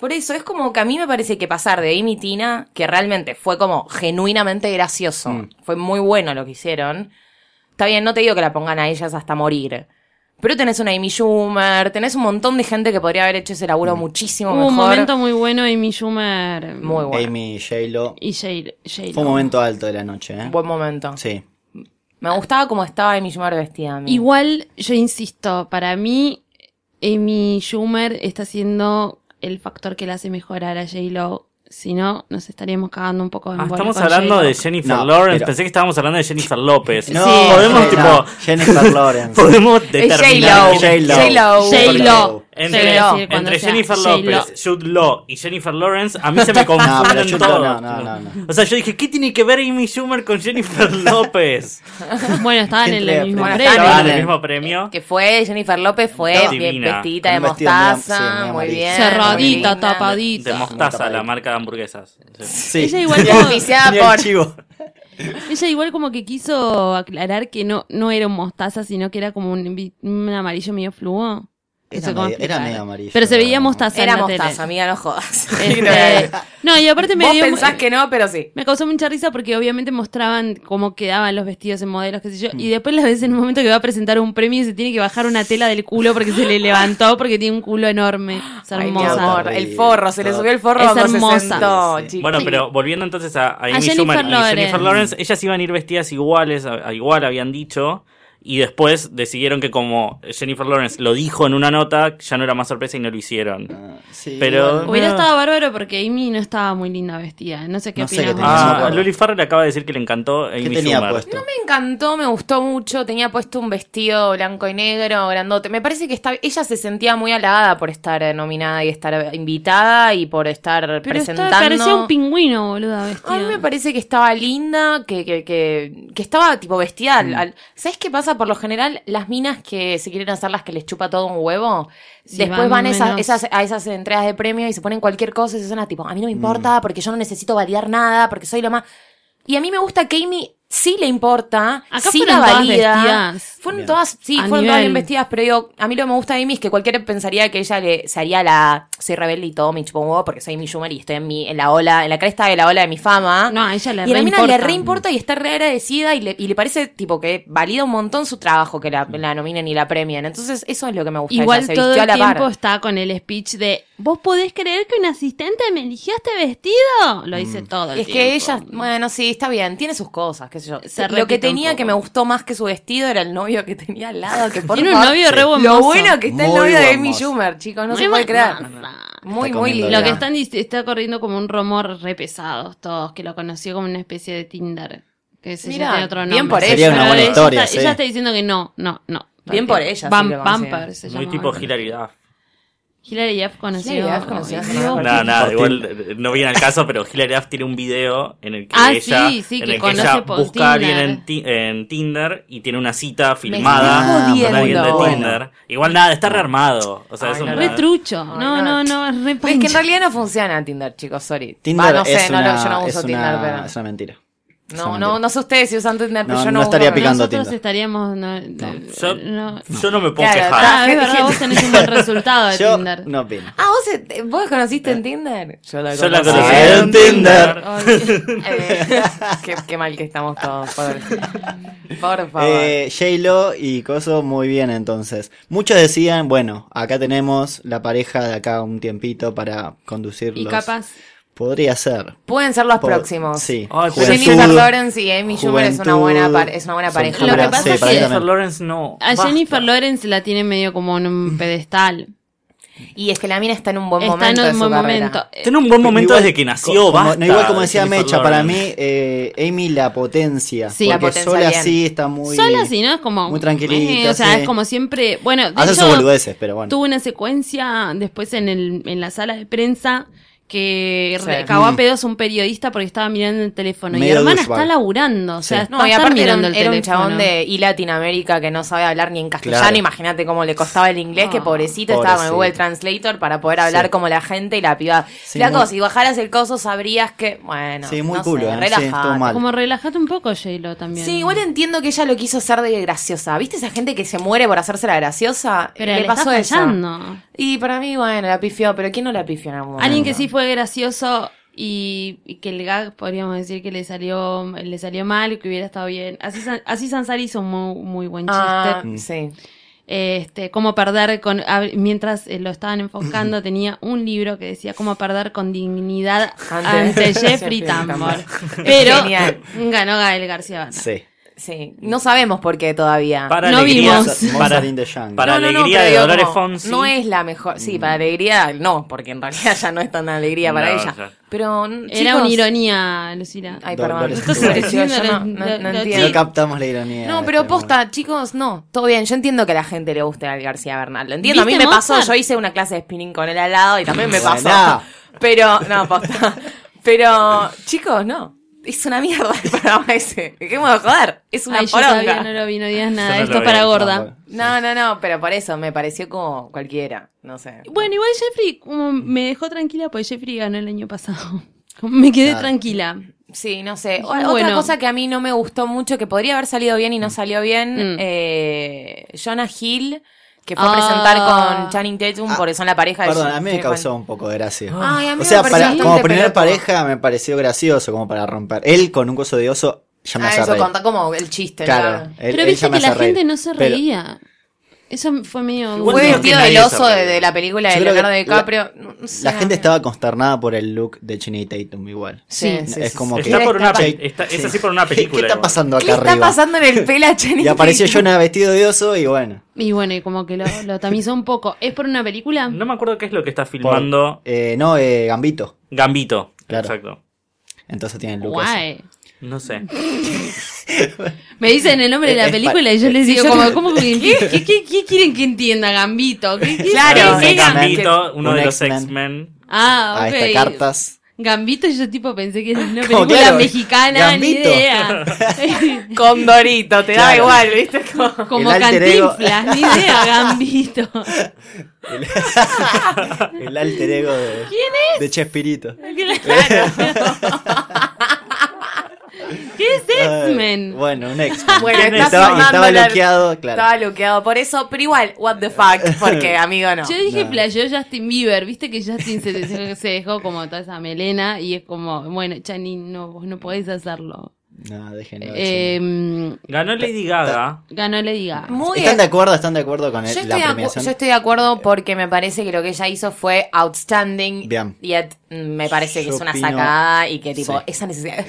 S4: Por eso es como que a mí me parece que pasar de Amy Tina, que realmente fue como genuinamente gracioso,
S6: Mm.
S4: fue muy bueno lo que hicieron. Está bien, no te digo que la pongan a ellas hasta morir. Pero tenés una Amy Schumer, tenés un montón de gente que podría haber hecho ese laburo
S6: Mm.
S4: muchísimo
S3: Hubo un
S4: mejor.
S3: momento muy bueno de Amy Schumer
S4: muy bueno.
S6: Amy J-Lo.
S3: y J- J-Lo.
S6: Fue un momento alto de la noche, ¿eh?
S4: Buen momento.
S6: Sí.
S4: Me gustaba cómo estaba Amy Schumer vestida. a mí.
S3: Igual, yo insisto, para mí, Amy Schumer está siendo el factor que la hace mejorar a J-Lo. Si no, nos estaríamos cagando un poco en
S5: Ah,
S3: bola
S5: estamos
S3: con
S5: hablando
S3: J-Lo.
S5: de Jennifer
S6: No,
S5: Lawrence.
S6: pero-
S5: Pensé que estábamos hablando de Jennifer López.
S6: No, eh,
S5: podemos,
S6: no,
S5: tipo.
S6: Jennifer Lawrence.
S5: Podemos
S4: Es
S5: determinar.
S4: J-Lo. J-Lo.
S3: J-Lo.
S5: Entre,
S3: Quiero decir, cuando
S5: entre
S3: sea
S5: Jennifer
S3: J-Lo.
S5: López, Jude Law y Jennifer Lawrence, a mí se me
S6: No, pero
S5: confunden
S6: Jude Law,
S5: todos.
S6: no, no, no, no.
S5: O sea, yo dije, ¿qué tiene que ver Amy Schumer con Jennifer López?
S3: Bueno, estaban en
S6: Gente
S3: el mismo
S6: de-
S3: premio.
S4: Bueno,
S5: Estaban en el
S6: Valen.
S5: mismo premio.
S4: Que fue Jennifer López, fue
S5: No.
S4: bien
S5: Divina.
S4: vestidita de
S6: Con un vestido medio- sí,
S4: mostaza,
S6: medio
S4: muy
S6: amarillo.
S4: bien.
S3: Cerradita,
S4: muy linda.
S3: tapadita.
S5: De mostaza, la
S6: Tapadita.
S5: marca de hamburguesas. Sí.
S6: Sí.
S3: Ella igual
S6: Tenía-
S3: como-
S4: Oficiada
S6: tenía el
S4: por-
S6: chivo.
S3: Ella igual como que quiso aclarar que no, no era un mostaza, sino que era como un, vi- un amarillo medio fluo. No
S6: Era
S3: sé cómo
S6: medio- era
S3: explicar.
S6: medio amarillo,
S3: Pero se veía
S6: era-
S3: mostaza
S4: Era
S3: en la tele.
S4: mostaza, amiga, no jodas.
S3: Este, no, y aparte me
S4: Vos
S3: dio-
S4: pensás que no, pero sí.
S3: Me causó mucha risa porque obviamente mostraban cómo quedaban los vestidos en modelos, qué sé yo. Y después las ves en un momento que va a presentar un premio y se tiene que bajar una tela del culo porque se le levantó porque tiene un culo enorme. Es
S4: Ay, mi
S3: hermosa.
S4: amor, el forro, se le subió el forro
S3: Es
S4: cuando
S3: hermosa.
S4: se sentó,
S6: Sí, sí.
S4: chicos.
S5: Bueno, pero volviendo entonces a, a Amy
S3: Jennifer
S5: Schumer y
S3: Lawrence.
S5: Jennifer Lawrence, ellas iban a ir vestidas iguales, a, a igual habían dicho, y después decidieron que como Jennifer Lawrence lo dijo en una nota, ya no era más sorpresa y no lo hicieron.
S6: Ah, sí,
S5: Pero-
S6: igual.
S3: Hubiera
S5: Ah.
S3: estado bárbaro porque Amy no estaba muy linda vestida. No sé qué
S6: No sé
S3: opinas
S6: qué
S3: vos.
S6: tenía. Ah,
S5: Ah, Loli Farrell acaba de decir que le encantó Amy
S6: ¿Qué tenía
S5: Schumer.
S6: puesto?
S4: Me encantó, me gustó mucho. Tenía puesto un vestido blanco y negro, grandote. Me parece que está, ella se sentía muy halagada por estar eh, nominada y estar invitada y por estar
S3: Pero esta
S4: presentando.
S3: parecía un pingüino, boluda, vestida.
S4: A mí me parece que estaba linda, que, que, que, que estaba tipo vestida. al- al- ¿Sabes qué pasa? Por lo general, las minas que se quieren hacer las que les chupa todo un huevo,
S3: Sí,
S4: después
S3: van
S4: van, esas,
S3: menos.
S4: esas, a esas entregas de premio y se ponen cualquier cosa y se suena tipo, a
S3: Mm.
S4: mí no me importa porque yo no necesito validar nada, porque soy la más... Y a mí me gusta que Amy sí le importa,
S3: Acá
S4: sí la
S3: fueron todas
S4: valida.
S3: vestidas.
S4: Fueron
S6: Bien.
S4: todas, sí,
S3: A
S4: fueron todas bien
S3: nivel.
S4: vestidas, pero digo, a mí lo que me gusta de Amy es que cualquiera pensaría que ella le, se haría la, soy rebelde y todo, me chupa un huevo porque soy Amy Schumer y estoy en, mi, en la ola, en la cresta de la ola de mi fama.
S3: No, a ella le
S4: Y a la mina
S3: reimporta.
S4: le reimporta y está re agradecida y le, y le parece tipo que valida un montón su trabajo que la,
S3: Mm.
S4: la nominen y la premien. Entonces, eso es lo que me gusta. de
S3: Igual
S4: ella, se
S3: todo
S4: vistió a
S3: el
S4: la par.
S3: tiempo está con el speech de ¿Vos podés creer que un asistente me eligió este vestido?
S6: Mm.
S3: Lo dice todo el
S4: Es que ella,
S3: tiempo.
S4: bueno, sí, está bien, tiene sus cosas, qué sé yo.
S3: Se
S4: lo que
S3: repite un
S4: tenía
S3: poco.
S4: que me gustó más que su vestido era el novio que tenía al lado. Que por
S3: Tiene un
S4: favor-
S3: novio re buen
S4: Lo
S3: mozo.
S4: bueno que está el
S6: Muy
S4: novio de
S6: buen
S4: Amy
S6: mozo.
S4: Schumer, chicos, no
S3: Muy
S4: se puede
S3: buen
S4: creer.
S3: mozo.
S4: Muy,
S6: Está
S4: muy
S6: comiendo
S4: lindo.
S3: Lo
S6: Claro.
S3: que están dic- está corriendo como un rumor re pesado todos, que lo conoció como una especie de Tinder. Que se
S4: Mirá,
S3: tiene otro nombre.
S4: bien por
S6: Sería
S4: ella.
S6: una buena
S3: ella
S6: historia,
S3: está,
S6: sí.
S3: ella está diciendo que no, no, no.
S4: Bien por ella,
S3: Bam-
S4: sí lo consigue.
S3: Bumper se
S5: Muy
S3: llama.
S5: tipo Hilary Duff.
S3: Hilary Duff conoció.
S4: Hilary Duff conoció.
S3: Ay,
S4: No,
S3: Dios.
S5: No, nada,
S6: Martín.
S5: igual eh, no viene al caso, pero Hilary Duff tiene un video en el que
S3: Ah,
S5: ella,
S3: sí, sí, que
S5: en el que
S3: conoce
S5: ella
S3: por
S5: busca a alguien
S3: Tinder.
S5: en, ti- en Tinder y tiene una cita
S4: estás
S5: filmada con
S4: jodiendo.
S5: alguien de
S4: Bueno.
S5: Tinder. Igual nada, está rearmado. O sea,
S4: Ay,
S5: es
S4: no,
S5: una-
S3: Re trucho. No,
S4: Ay,
S3: no,
S4: no.
S3: no, es re
S4: Es que en
S3: pancha.
S4: realidad no funciona Tinder, chicos, sorry.
S6: Tinder
S4: Va, no sé,
S6: es,
S4: no,
S6: una,
S4: no, yo no
S6: es
S4: uso Tinder,
S6: una-
S4: pero.
S6: es una mentira. Es una
S4: No,
S6: mentira.
S4: no, no sé ustedes si usan Tinder, pero
S6: No,
S4: yo no,
S6: no estaría
S4: uso,
S6: picante. picando
S3: Nosotros
S6: Tinder.
S3: estaríamos. No,
S5: Yo,
S3: no.
S5: yo no me puedo
S4: Claro,
S5: quejar.
S3: Ah, es verdad, vos tenés un buen resultado de
S6: Yo
S3: Tinder.
S6: no opino.
S4: Ah, ¿vos, eh, vos conociste en Tinder. Yo la
S5: Yo la
S6: conocí.
S5: conocí
S6: Ah,
S5: en
S6: en
S5: Tinder.
S6: Tinder.
S4: Eh, qué, qué mal que estamos todos, por, por favor.
S6: Eh, J-Lo y Coso, muy bien entonces. Muchos decían, bueno, acá tenemos la pareja de acá un tiempito para conducirlos.
S3: Y capaz.
S6: Podría ser.
S4: Pueden ser los
S6: Po-
S4: próximos.
S6: Sí.
S5: Ay, pero-
S6: Juventud,
S4: Jennifer Lawrence y Amy Schumer es una buena, par-
S6: juventud,
S4: es una buena
S6: son
S4: pareja.
S3: Lo que
S6: figuras,
S3: pasa
S6: sí,
S3: es
S6: para
S3: que-
S6: mí
S5: Jennifer
S6: también.
S5: Lawrence no.
S4: Ah,
S3: A
S5: basta.
S3: Ah, Jennifer Lawrence la tiene medio como en un pedestal.
S4: Y es que la mina está en un buen
S3: Está en
S4: momento. de
S3: un
S4: su
S3: buen
S4: carrera.
S3: momento.
S5: Tiene un buen momento
S6: Igual-
S5: desde que nació,
S6: co- como-
S5: basta.
S6: no, igual como decía
S5: Jennifer
S6: Mecha, para mí
S5: Lawrence.
S6: eh, Amy la potencia.
S3: Sí,
S6: porque
S3: la
S4: potencia
S6: sola
S4: bien.
S6: sí está muy...
S3: Sola, si no, es como.
S6: Muy
S3: eh,
S6: tranquilita,
S3: o sea,
S6: sí.
S3: es como siempre. Bueno, de
S6: Hace sus
S3: hecho,
S6: boludeces, pero bueno.
S3: tuvo una secuencia después en, el, en la sala de prensa que
S4: Sí.
S3: re- cagó a pedos un periodista porque estaba mirando el teléfono. y
S6: Mm. Medio
S3: hermana
S6: douchebag.
S3: está laburando. O sea,
S6: Sí.
S3: está,
S4: No, y
S3: está
S4: aparte era un,
S3: mirando el
S4: era un
S3: teléfono.
S4: chabón de y Latinoamérica que no sabe hablar ni en castellano.
S6: Claro.
S4: Imagínate cómo le costaba el inglés, que
S3: Ah.
S4: pobrecito, estaba con el
S6: Pobrecito.
S4: Google Translator para poder hablar
S6: Sí.
S4: como la gente y la piba.
S6: Sí,
S4: Flaco,
S6: muy-
S4: si bajaras el coso sabrías que. Bueno.
S6: Sí, muy
S4: no
S6: culo,
S4: sé,
S6: eh, sí,
S4: relajate.
S6: estuvo mal.
S3: Como relajate un poco, J-Lo también.
S4: Sí, igual entiendo que ella lo quiso hacer de graciosa. ¿Viste esa gente que se muere por hacerse la graciosa?
S3: Pero
S4: le,
S3: le
S4: pasó
S3: está
S4: eso.
S3: fallando.
S4: Y para mí, bueno, la pifió, pero ¿quién no la pifió en algún momento?
S3: Alguien que sí fue gracioso y, y que el gag podríamos decir que le salió le salió mal, que hubiera estado bien. Así, San- así Sansari hizo un muy, muy buen chiste.
S4: Ah, sí.
S3: Este, cómo perder con. hab- Mientras eh, lo estaban enfocando, tenía un libro que decía cómo perder con dignidad
S4: Ante-
S3: ante Jeffrey
S4: Jeffrey
S3: Tambor.
S4: Tambor.
S3: Pero
S4: Genial.
S3: ganó Gael García Bernal.
S6: Sí.
S4: Sí, no sabemos por qué todavía.
S5: Para
S3: No
S5: alegría,
S3: vimos.
S5: para-
S6: Monster in the Jungle.
S5: para
S4: No, no, no,
S5: alegría
S4: pero
S5: de
S4: digo,
S5: Dolores
S4: como,
S5: Fonsi. Mm.
S4: No es la mejor. Sí, para alegría no, porque en realidad ya no es tan alegría para
S5: No,
S4: ella.
S5: ya.
S4: Pero.
S3: Era una ironía, Lucila.
S4: Ay,
S6: Do-
S4: perdón.
S6: Dolores
S4: Entonces,
S6: Fonsi.
S4: yo no, no-
S3: Lo-
S4: no
S3: lo-
S4: entiendo.
S6: No captamos la ironía.
S4: No,
S6: de
S4: pero
S6: este
S4: posta, chicos, no. Todo bien, yo entiendo que a la gente le guste al García Bernal. Lo entiendo, a mí
S3: ¿Viste
S4: me pasó,
S3: Mozart?
S4: yo hice una clase de spinning con él al lado y también me
S6: Bueno.
S4: pasó. Pero, no, posta. Pero, chicos, no. Es una mierda el programa ese. Dejemos de joder. Es una
S3: Ay, yo todavía
S4: poronga.
S3: no lo vi, no digas
S5: Yo
S3: nada.
S5: no
S3: Esto
S5: lo
S3: es
S5: vi,
S3: para
S5: no,
S3: gorda.
S4: No, no, no, pero por eso me pareció como cualquiera. No sé.
S3: Bueno, igual Jeffrey como me dejó tranquila porque Jeffrey ganó el año pasado. Como Me quedé
S6: Claro.
S3: tranquila.
S4: Sí, no sé. O-
S3: Bueno.
S4: Otra cosa que a mí no me gustó mucho, que podría haber salido bien y no salió bien,
S3: Mm.
S4: eh, Jonah Hill, que fue
S3: Ah.
S4: a presentar con Channing Tatum porque son la pareja de
S6: Ah, Perdón, a mí me
S4: Stephen-
S6: causó un poco de gracia.
S4: Ay, a mí
S6: o
S4: me
S6: sea,
S4: pareció
S6: para,
S4: bastante
S6: como primer
S4: pelotudo.
S6: pareja me pareció gracioso, como para romper. Él con un coso de oso ya me
S4: Ah,
S6: hace
S4: eso
S6: reír.
S4: contá como el chiste.
S6: Claro,
S4: ¿no?
S6: él-
S3: Pero
S6: él
S3: viste
S6: ya me
S3: que la
S6: hace reír.
S3: gente no se
S6: Pero-
S3: reía. Eso fue medio...
S5: Igual
S4: Fue
S5: Bueno,
S4: vestido
S5: no tiene
S4: del
S5: nadie
S4: oso
S5: esa
S4: de, de la película de
S6: Yo creo que
S4: Leonardo
S6: la-
S4: DiCaprio. No- no sé,
S6: La gente
S4: a mí-
S6: estaba consternada por el look de Chinny Tatum igual.
S4: Sí,
S3: Sí,
S4: sí,
S6: es
S4: sí,
S6: como
S4: sí.
S6: que
S5: Está por una-
S6: Che,
S5: está- es así por una
S6: ¿qué-
S5: película,
S6: ¿Qué, está
S5: igual.
S6: pasando
S4: ¿Qué le
S6: acá
S4: está
S6: arriba?
S4: pasando en este el pelo a Channing
S6: Y apareció
S4: Tatum?
S6: Jonah vestido de oso y bueno.
S3: Y bueno, y como que lo, lo tamizó un poco. ¿Es por una película?
S5: No me acuerdo qué es lo que está
S6: por-
S5: filmando
S6: eh, no, eh, Gambito.
S5: Gambito.
S6: Claro.
S5: Exacto.
S6: Entonces tiene el look ese.
S3: Guay.
S5: No sé.
S3: Me dicen el nombre de
S6: Es
S3: la
S6: pa-
S3: película y yo
S6: es-
S3: les
S6: sí,
S3: digo
S6: yo
S3: como,
S6: no-
S3: ¿cómo que- ¿qué, qué- qué- qué quieren que entienda Gambito? ¿Qué- qué-
S4: Claro,
S3: qué-
S5: Es
S3: qué-
S6: Gambito.
S5: Gambito, uno
S6: Un
S5: de los
S6: X-Men.
S5: X-Men.
S3: Ah,
S6: Ah,
S3: ok.
S6: está cartas.
S3: Gambito y yo tipo pensé que era una
S6: Como,
S3: película
S6: claro,
S3: mexicana,
S6: Gambito.
S3: ni idea.
S4: Con Dorito, te da
S6: Claro.
S4: igual, ¿viste? Como-
S3: Como
S6: El alter ego.
S3: cantinflas, ni idea, Gambito.
S6: El alter ego de, de Chespirito.
S3: Claro. ¿Qué es X-Men?
S6: Ay, Bueno, un X-Men.
S4: Bueno,
S6: Y
S4: está
S6: estaba, y
S4: sonando
S6: estaba
S4: la-
S6: bloqueado, claro.
S4: Estaba luqueado por eso, pero igual, what the fuck, porque amigo no.
S3: Yo dije
S6: no.
S3: flasheó Justin Bieber, viste que Justin se, se- se dejó como toda esa melena y es como, bueno, Chani, no, vos no podés hacerlo.
S6: No, déjenlo.
S3: Eh,
S5: Ganó Lady Gaga.
S3: ganó le diga.
S4: Muy
S6: ¿Están
S4: bien.
S6: de acuerdo? ¿Están de acuerdo con el-
S4: Yo
S6: la
S4: estoy, de acu-
S6: premiación?
S4: yo estoy de acuerdo porque me parece que lo que ella hizo fue outstanding.
S6: Bien.
S4: Yet, mm, me parece que
S6: Yo
S4: es una
S6: opino-
S4: sacada y que tipo,
S6: Sí.
S4: esa necesidad.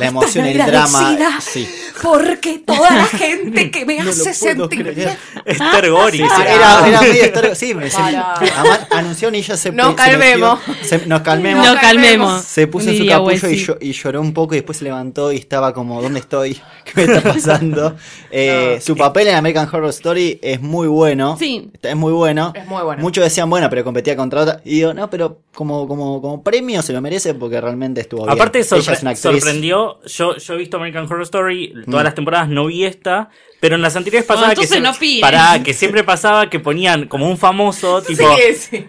S6: La emoción, el drama. Sí.
S4: Porque toda la gente que me hace sentir. bien.
S5: Esther Gori.
S6: Sí,
S5: será.
S6: era, era medio histórico. Sí, me- se-
S4: Para.
S6: ama- anunció y ella se
S4: Nos
S6: se metió-
S4: calmemos.
S6: se- nos calmemos.
S3: Nos calmemos.
S6: Se puso en su
S3: Diría
S6: capullo y,
S3: Wesley.
S6: llo- y lloró un poco y después se levantó y estaba como, ¿dónde estoy? ¿Qué me está pasando? Eh, su papel en American Horror Story es muy bueno.
S3: Sí.
S6: Está- Es muy bueno.
S4: Es muy bueno.
S6: Muchos decían, bueno, pero competía contra otra. Y digo, no, pero como, como, como premio se lo merece porque realmente estuvo bien.
S5: Aparte
S6: Ella
S5: sorpre-
S6: es una actriz. Mm.
S5: sorprendió, yo, yo he visto American Horror Story todas las temporadas, no vi esta, pero en las anteriores
S3: No,
S5: pasaba que,
S3: entonces
S5: siem-
S3: no opines.
S5: pará, que siempre pasaba que ponían como un famoso, tipo,
S4: Sí, sí.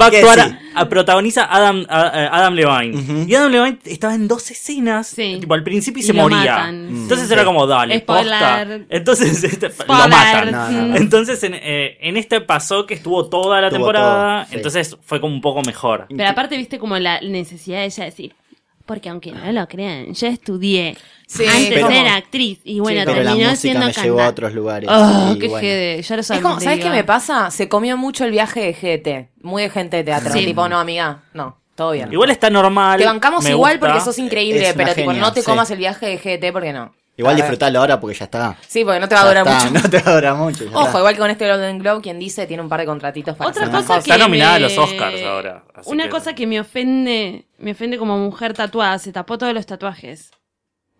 S5: va a
S6: Que
S5: actuar,
S6: sí.
S5: a- protagoniza Adam, a- a- Adam Levine. Y Adam Levine estaba en dos escenas,
S3: Sí.
S5: tipo al principio y
S3: Y
S5: se
S3: lo
S5: moría.
S3: matan, sí.
S5: Entonces era como, dale, posta.
S3: Spoiler.
S5: Entonces este, lo
S3: Spoiler.
S5: matan.
S6: No, no, no.
S5: Entonces en, eh, en este pasó que estuvo toda la
S6: Estuvo
S5: temporada,
S6: todo, sí.
S5: entonces fue como un poco mejor.
S3: Mm. Pero aparte viste como la necesidad de ella decir, porque aunque no lo crean, yo estudié.
S4: Sí,
S3: Antes
S6: pero-
S3: era actriz y bueno,
S4: Sí,
S6: Pero la
S3: terminó
S6: música
S3: siendo
S6: me llevó a
S3: cantante.
S6: otros lugares.
S3: Oh,
S6: Y
S3: qué
S6: bueno.
S3: jede, ya lo
S4: Es
S3: sabemos.
S4: como, ¿sabes
S3: de
S4: qué
S3: Diva.
S4: me pasa? Se comió mucho el viaje de gente. Muy de gente de teatro.
S3: Sí.
S4: Tipo, no, amiga, no, todo bien.
S5: Igual está normal.
S4: te bancamos
S5: me
S4: igual
S5: gusta.
S4: porque sos increíble,
S6: Es una
S4: pero tipo,
S6: genia,
S4: no te
S6: sí.
S4: comas el viaje de GT porque no.
S6: Igual
S4: A ver.
S6: disfrutalo ahora porque ya está.
S4: Sí, porque no te va a durar
S6: Ya está,
S4: mucho.
S6: No te va a durar mucho. ya
S4: Ojo,
S6: está.
S4: igual que con este Golden Globe, quien dice tiene un par de contratitos para
S3: Otra
S4: hacer más
S3: cosa que
S5: Está nominada a
S3: me-
S5: los Oscars ahora, así
S3: Una
S5: que-
S3: cosa que me ofende, me ofende como mujer tatuada, se tapó todos los tatuajes.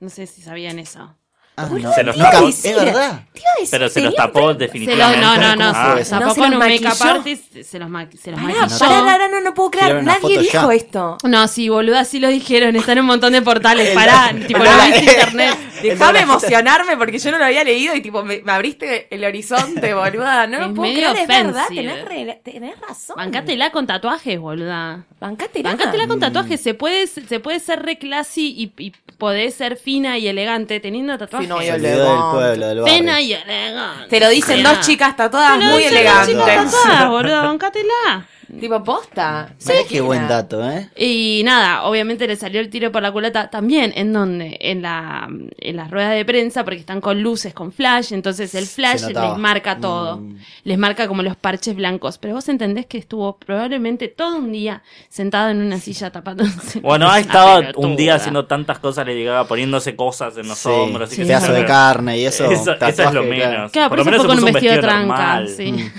S3: No sé si sabían eso.
S6: Ah,
S5: Se los
S6: nunca-
S5: tapó.
S6: Es verdad.
S5: Pero se los
S4: Tenía un
S5: tapó
S3: Se los,
S5: definitivamente. Ah.
S3: no, no, no,
S6: ¿Cómo fue
S3: se
S6: eso?
S3: tapó
S4: ¿No se
S3: con
S4: los
S3: un make-up
S4: maquilló?
S3: artist, se los, ma- se los
S4: Pará,
S3: maquilló.
S4: pará, Lara, no, no puedo creer.
S6: Tiraron una
S4: Nadie
S6: foto
S4: dijo
S6: ya.
S4: esto.
S3: No, sí, boluda, sí lo dijeron, está en un montón de portales, pará, tipo, no
S6: la-
S3: viste internet.
S4: Dejame emocionarme porque yo no lo había leído y tipo me, me abriste el horizonte, boluda. No
S3: Es
S4: lo puedo
S3: medio
S4: creer, es verdad,
S3: offensive.
S4: tenés, re- tenés razón.
S3: Bancátela con tatuajes, boluda.
S4: Bancátela.
S3: Bancátela con tatuajes, se puede, se puede ser re classy y, y podés ser fina y elegante teniendo tatuajes.
S4: no,
S6: Se
S4: yo-
S6: olvidó del pueblo, del barrio.
S3: Fina y elegante.
S4: Te lo dicen
S3: Mirá.
S4: dos chicas tatuadas
S3: Pero
S4: Ah, muy
S3: son las chicas
S4: elegantes.
S3: tatuadas, boludo, bancátela.
S4: Tipo, posta.
S6: Sí, qué buen dato, ¿eh?
S3: Y nada, obviamente le salió el tiro por la culata también, ¿en donde En, la, en las ruedas de prensa, porque están con luces, con flash, entonces el flash
S6: Se
S3: les
S6: notaba.
S3: marca todo,
S6: Mm.
S3: les marca como los parches blancos, pero vos entendés que estuvo probablemente todo un día sentado en una silla tapándose.
S5: Bueno,
S3: Una
S5: ha estado un
S3: pelotuda.
S5: día haciendo tantas cosas, le llegaba poniéndose cosas en los
S6: Sí,
S5: hombros. y que
S6: pedazo
S5: se-
S6: de carne y eso.
S5: Eso, eso es
S6: tatuaje,
S5: lo
S6: claro.
S5: menos.
S3: Claro,
S5: por
S3: por eso
S5: lo menos
S3: fue con
S5: se
S3: un
S5: puso
S3: vestido de tranca,
S5: normal. Mm,
S3: sí.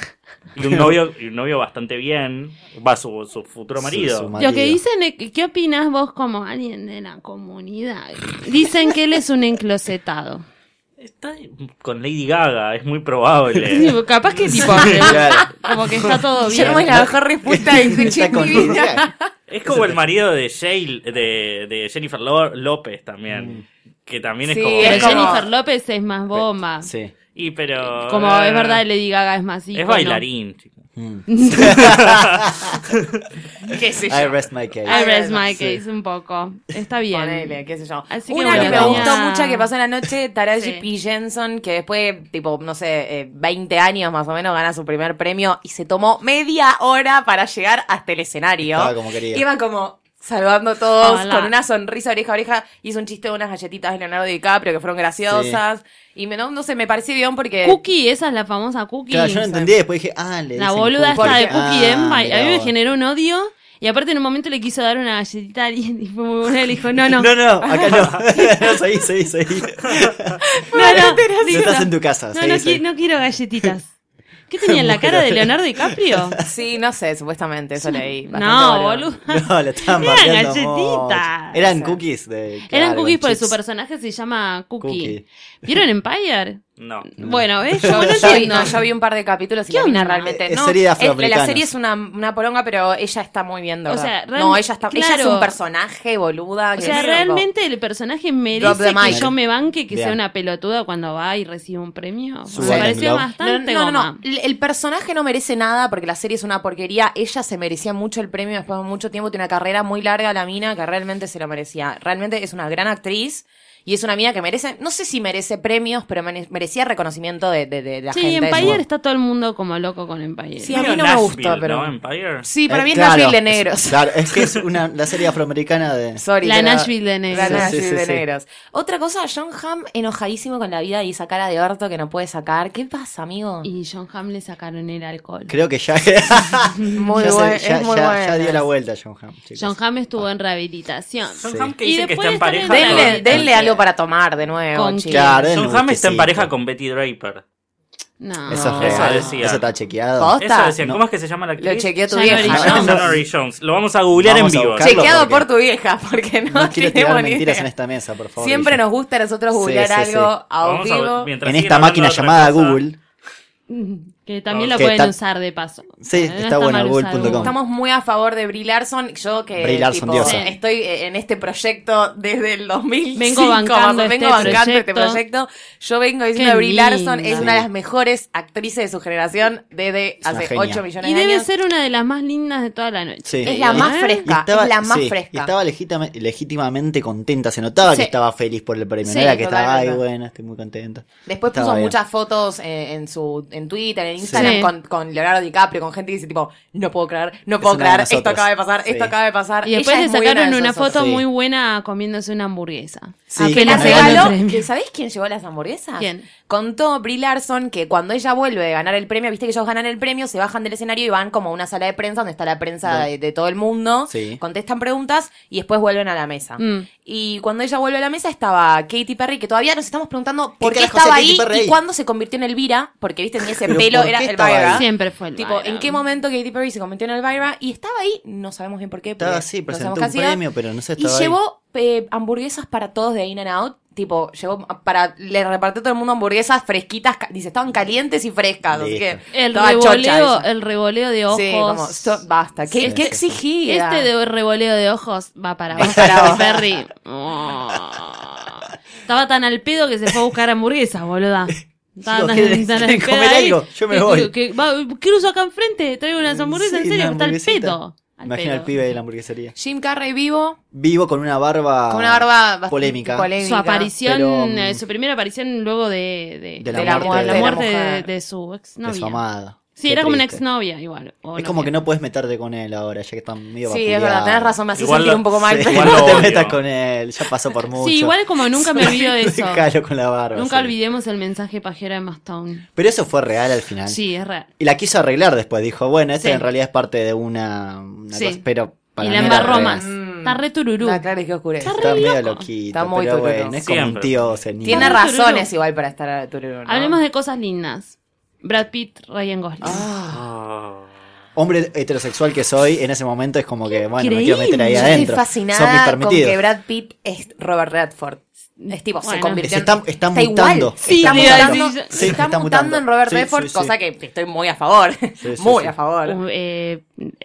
S5: Y un novio, y un novio bastante bien. Va su, su futuro
S6: Su-
S5: marido.
S6: su
S3: Lo que
S6: marido.
S3: dicen, es que- ¿qué opinas vos como alguien de la comunidad? Dicen que él es un enclosetado.
S5: Está con Lady Gaga, es muy probable.
S3: Tipo, Capaz que tipo,
S6: Claro.
S3: como que está todo
S4: Yo
S3: bien.
S4: no es la mejor respuesta que escuché
S6: Está
S4: en mi
S6: con-
S4: vida.
S5: es como el marido de, Jail- de, de Jennifer Lo- López también.
S6: Mm.
S5: Que también
S4: Sí,
S5: es como.
S4: es
S3: Pero
S4: como-
S3: Jennifer López es más bomba.
S6: Sí.
S5: Y pero.
S3: Como es verdad, Lady Gaga es más
S5: Es
S3: ícono.
S5: bailarín, chico.
S4: ¿Qué sé
S6: Mm. I
S4: yo?
S6: rest my case.
S3: I rest my
S6: Sí.
S3: case un poco. Está bien.
S4: Ponele, qué sé yo.
S3: Así que
S4: Una que,
S6: bueno,
S4: me
S6: tenía-
S4: gustó mucho que pasó en la noche, Taraji
S3: Sí.
S4: P. Jensen, que después, tipo, no sé, eh, 20 años más o menos, gana su primer premio y se tomó media hora para llegar hasta el escenario.
S6: Estaba como quería.
S4: Iba como saludando a todos
S3: Hola.
S4: con una sonrisa oreja a oreja. Hizo un chiste de unas galletitas de Leonardo DiCaprio que fueron graciosas. Y me, no, no sé, me pareció bien porque...
S3: Cookie, esa es la famosa Cookie.
S6: Claro, yo no entendí, después dije, ah, le
S3: La
S6: dicen
S3: boluda
S6: cookie.
S3: esta de
S6: Ah,
S3: Cookie Envy.
S6: mirá
S3: A mí me
S6: vos.
S3: generó un odio. Y aparte en un momento le quiso dar una galletita a alguien y fue muy buena. Le dijo, no, no.
S6: No, no, acá no. no, seguí, seguí, seguí.
S3: No, no,
S6: No
S3: dijo,
S6: estás en tu casa.
S3: No,
S6: seguí,
S3: no,
S6: seguí.
S3: qui- no quiero galletitas. ¿Qué tenía en la cara de Leonardo DiCaprio?
S4: Sí, no sé, supuestamente, eso leí. bastante
S3: No,
S4: boludo.
S3: boludo.
S6: No, le estaban
S3: Eran
S6: bardeando mucho.
S3: galletitas.
S6: Eran cookies de.
S3: Eran
S6: claro,
S3: cookies
S6: con
S3: porque su
S6: chips.
S3: personaje se llama Cookie.
S6: Cookie.
S3: ¿Vieron Empire?
S5: No.
S3: Bueno, ¿ves? Como no
S4: Yo, vi,
S3: entiendo.
S4: no, yo vi un par de capítulos y
S3: ¿Qué
S4: la mina
S3: onda?
S4: realmente.
S6: Es
S4: no,
S6: serie de
S4: es- la
S6: afroamericanos.
S4: serie es una, una poronga, pero ella está muy bien, de
S3: O
S4: verdad.
S3: sea, real-
S4: no, ella está. Ella es
S3: claro.
S4: un personaje, boluda.
S3: O
S4: que
S3: sea,
S4: es-
S3: realmente el personaje
S4: Drop the
S3: merece que
S4: mic.
S3: yo me banque que
S6: Bien.
S3: sea una pelotuda cuando va y recibe un premio.
S6: Su
S3: me
S6: Golden
S3: pareció
S6: Globe.
S4: No,
S3: bastante
S4: no, no, no.
S3: goma.
S4: El el personaje no merece nada porque la serie es una porquería. Ella se merecía mucho el premio después de mucho tiempo. Tiene una carrera muy larga la mina que realmente se lo merecía. Realmente es una gran actriz y es una mina que merece, no sé si merece premios, pero mere- merecía reconocimiento de, de- de la
S3: Che, y
S4: gente. de su-
S3: Empire está todo el mundo como loco con Empire.
S4: Sí, a mí
S5: Medio
S4: no me
S5: Nashville,
S4: gusta, pero-
S5: ¿no? Empire.
S4: Sí, para
S6: Eh,
S4: mí es
S6: claro,
S4: Nashville de
S6: es-
S4: negros.
S6: Claro, es que es una, la serie afroamericana de.
S4: Sorry,
S3: La
S4: pero-
S3: Nashville de negros.
S4: La
S6: Sí,
S4: Nashville
S6: sí, sí,
S4: de
S6: sí.
S4: negros. Otra cosa, John Hamm enojadísimo con la vida y esa cara de orto que no puede sacar. ¿Qué pasa, amigo?
S3: Y John Hamm le sacaron el alcohol.
S6: Creo que ya.
S4: Muy
S6: ya, se-
S4: buen-
S6: ya-
S4: es muy
S6: ya-
S4: buena.
S6: ya dio la vuelta John Hamm. chicos.
S3: John Hamm estuvo en rehabilitación.
S5: John
S6: Sí.
S5: Hamm que
S3: Y
S5: dice que
S3: después
S5: está en
S3: están
S5: pareja.
S3: en-
S4: Denle,
S5: con-
S4: denle algo para tomar de nuevo,
S3: Con
S4: chicos.
S6: Claro, denle
S5: John
S6: un
S5: Hamm está en
S6: gustito.
S5: pareja con Betty Draper.
S3: No.
S6: Eso
S4: No.
S6: es real.
S5: Eso decía.
S6: Eso está chequeado.
S4: ¿Posta?
S5: Eso decían.
S6: No.
S5: ¿Cómo es que se llama la actriz?
S4: Lo chequeó tu
S3: Ya no
S4: vieja.
S5: Ah,
S6: No,
S5: es
S6: no.
S5: Sonori Jones. Lo vamos a googlear
S6: Vamos a
S5: en vivo.
S6: buscar. Carlos,
S4: Chequeado
S6: porque-
S4: por tu vieja, porque no,
S6: No quiero
S4: tenemos
S6: tirar
S4: ni
S6: mentiras
S4: idea.
S6: en esta mesa, por favor.
S4: Siempre
S6: Guille.
S4: nos gusta a nosotros
S6: Sí,
S4: googlear
S6: sí, sí.
S4: algo a
S5: Vamos a-
S4: vivo.
S5: mientras
S6: En
S5: siguen
S6: esta
S5: hablando
S6: máquina
S5: de otra
S6: llamada
S5: cosa,
S6: Google.
S3: Que también lo
S6: Que
S3: pueden
S6: está-
S3: usar de paso.
S6: Sí,
S3: No
S6: está
S3: mal
S6: bueno,
S3: usar
S6: google.com.
S3: Google.
S4: Estamos muy a favor de Brie Larson. Yo que
S6: Brie Larson,
S4: tipo,
S6: diosa.
S4: estoy eh, en este proyecto desde el 2005.
S3: Vengo bancando
S4: más o menos,
S3: este
S4: vengo bancando este
S3: proyecto.
S4: proyecto. Yo vengo diciendo
S3: Qué
S4: que Brie Larson es
S3: linda.
S4: una de las mejores actrices de su generación desde
S6: una
S4: hace
S6: genia.
S4: 8 millones
S3: Y
S4: de
S3: debe
S4: años.
S3: ser una de las más lindas de toda la noche.
S6: Sí.
S4: Es la
S6: Y-
S4: más
S3: ¿Eh?
S6: y
S4: fresca, es la más
S6: sí, y
S4: fresca.
S6: estaba legítima- legítimamente contenta, se notaba
S4: Sí.
S6: que estaba feliz por el premio,
S4: Sí,
S6: no era que estaba, ay,
S4: totalmente.
S6: bueno, estoy muy contenta.
S4: Después
S6: Estaba
S4: puso
S6: bien.
S4: muchas fotos eh, en su en Twitter, en Instagram
S3: Sí.
S4: con, con Leonardo DiCaprio, con gente que dice tipo, no puedo creer, no puedo
S6: una de
S4: creer, esto
S6: nosotros.
S4: acaba de pasar,
S6: Sí.
S4: esto acaba de pasar.
S3: Y después
S4: Ella
S3: le
S4: es muy
S3: sacaron
S4: de
S3: una
S4: esas
S3: foto
S6: Sí.
S3: muy buena comiéndose una hamburguesa.
S6: Sí,
S3: Apenas
S4: Ah, que la
S6: Nos
S3: se ganó el
S4: regaló.
S3: premio.
S4: que ¿Sabés quién llevó las hamburguesas?
S3: ¿Quién?
S4: Contó Brie Larson que cuando ella vuelve de ganar el premio, viste que ellos ganan el premio, se bajan del escenario y van como a una sala de prensa donde está la prensa de, de todo el mundo,
S6: Sí.
S4: contestan preguntas y después vuelven a la mesa.
S3: Mm.
S4: Y cuando ella vuelve a la mesa estaba Katy Perry, que todavía nos estamos preguntando por qué,
S6: carajo
S4: estaba
S6: hacía
S4: ahí
S6: Katy Perry
S4: y
S6: ahí?
S4: cuándo se convirtió en Elvira, porque viste, tenía ese
S6: Pero
S4: pelo,
S6: ¿por qué
S4: era
S6: estaba
S4: Elvira.
S6: ahí?
S3: Siempre fue el
S4: ¿Ah? Tipo,
S3: Byron.
S4: ¿en qué momento Katy Perry se convirtió en Elvira? Y estaba ahí, no sabemos bien por qué.
S6: Estaba
S4: porque
S6: así,
S4: no
S6: presentó
S4: sabemos
S6: un
S4: qué hacía.
S6: premio, pero no sé,
S4: Y
S6: estaba ahí.
S4: llevó eh, hamburguesas para todos de In and Out. Tipo, llevó para. Le repartió a todo el mundo hamburguesas fresquitas. ca- Dice, estaban calientes y frescas. Así
S6: Listo.
S4: que.
S3: El
S4: estaba chocha
S3: revoleo,
S4: ella.
S3: el revoleo de ojos.
S4: Sí, como, "Stop, basta. ¿Qué,
S6: Sí,
S4: qué
S6: sí.
S4: exigía?
S3: Este de revoleo de ojos va para vos,
S4: para vos.
S3: Perry. Oh. Estaba tan al pedo que se fue a buscar hamburguesas, boluda. Estaba
S6: Digo,
S3: tan-
S6: ¿quieren-
S3: tan al
S6: quieren
S3: pedo
S6: comer
S3: ahí
S6: algo? Yo me
S3: que-
S6: voy.
S3: que- va, Cruzo acá enfrente, traigo unas hamburguesas,
S6: Sí,
S3: en serio,
S6: una
S3: que está al
S6: hamburguesita.
S3: pedo. Al
S6: Imagina
S3: pedo.
S6: al pibe de la hamburguesería.
S4: Jim Carrey vivo.
S6: Vivo con una barba
S4: Con una barba bastante
S6: Ah, polémica.
S4: polémica.
S3: Su aparición,
S6: Pero, mm,
S3: eh, su primera aparición luego de, de,
S6: de la
S4: de la
S6: muerte
S3: de,
S4: muerte
S6: de la
S3: muerte de-
S4: mujer.
S3: de su ex
S6: de su amada.
S3: Sí,
S6: Qué
S3: era como una
S6: triste.
S3: exnovia igual. o
S6: Es como que no puedes meterte con él ahora, ya que están medio
S4: Sí, es verdad,
S6: vapuleados.
S4: tenés razón, me hace
S5: Igual
S4: sentir
S5: lo-
S4: un poco mal.
S6: Sí,
S5: pero-
S6: no
S5: Igual lo
S6: te
S5: odio.
S6: metas con él, ya pasó por mucho.
S3: Sí, igual como nunca me olvido de eso.
S6: Déjalo con la barba.
S3: Nunca
S6: sí.
S3: olvidemos el mensaje pajero de Mastown.
S6: Pero eso fue real al final.
S3: Sí, es real.
S6: Y la quiso arreglar después, dijo, bueno, este
S3: Sí.
S6: en realidad es parte de una, una
S3: Sí.
S6: cosa, pero para
S3: Y
S6: mí
S3: la
S6: era
S3: embarró
S6: real.
S3: más.
S4: Mm.
S3: Está re tururú.
S4: Ah, claro, es que oscurece.
S3: Está
S6: Está
S3: re
S6: medio
S3: loco.
S6: loquito,
S4: Está muy
S6: pero
S4: tururú.
S6: bueno, es como un
S5: Siempre.
S6: tío senil.
S4: Tiene
S3: Tururú.
S4: razones igual para estar a Tururú, ¿no?
S3: Hablemos de cosas lindas. Brad Pitt, Ryan Gosling.
S5: Ah.
S6: Hombre heterosexual que soy, en ese momento es como que, bueno, me quiero
S3: Increíble.
S6: meter ahí
S4: Yo
S6: adentro.
S4: estoy
S6: Son
S4: fascinada
S6: mis
S4: con que
S6: permitidos.
S4: Brad Pitt es Robert Redford. Es tipo, se
S3: Bueno.
S4: convirtió en-
S6: Se está- está mutando.
S4: Igual.
S3: Sí,
S4: está,
S3: te iba a
S4: mutando,
S3: decir-
S6: Sí,
S4: está
S6: está
S4: mutando
S6: mutando.
S4: en Robert
S6: Sí,
S4: Redford,
S6: sí, sí.
S4: cosa que estoy muy a favor.
S6: Sí, sí,
S4: muy
S6: sí.
S4: a favor.
S3: Uh, eh,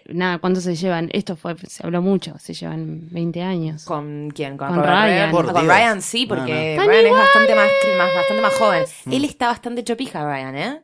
S3: nada, ¿cuánto se llevan? Esto fue, se habló mucho, se llevan 20 años.
S4: ¿Con quién? ¿Con,
S3: Con
S4: Robert
S3: Ryan.
S4: Redford?
S6: Por
S4: Ah, con
S6: Dios.
S4: Ryan sí,
S6: No, Mm.
S4: porque
S3: no.
S4: Ryan es bastante más, más- bastante más joven. Él está bastante chopija, Ryan, ¿eh?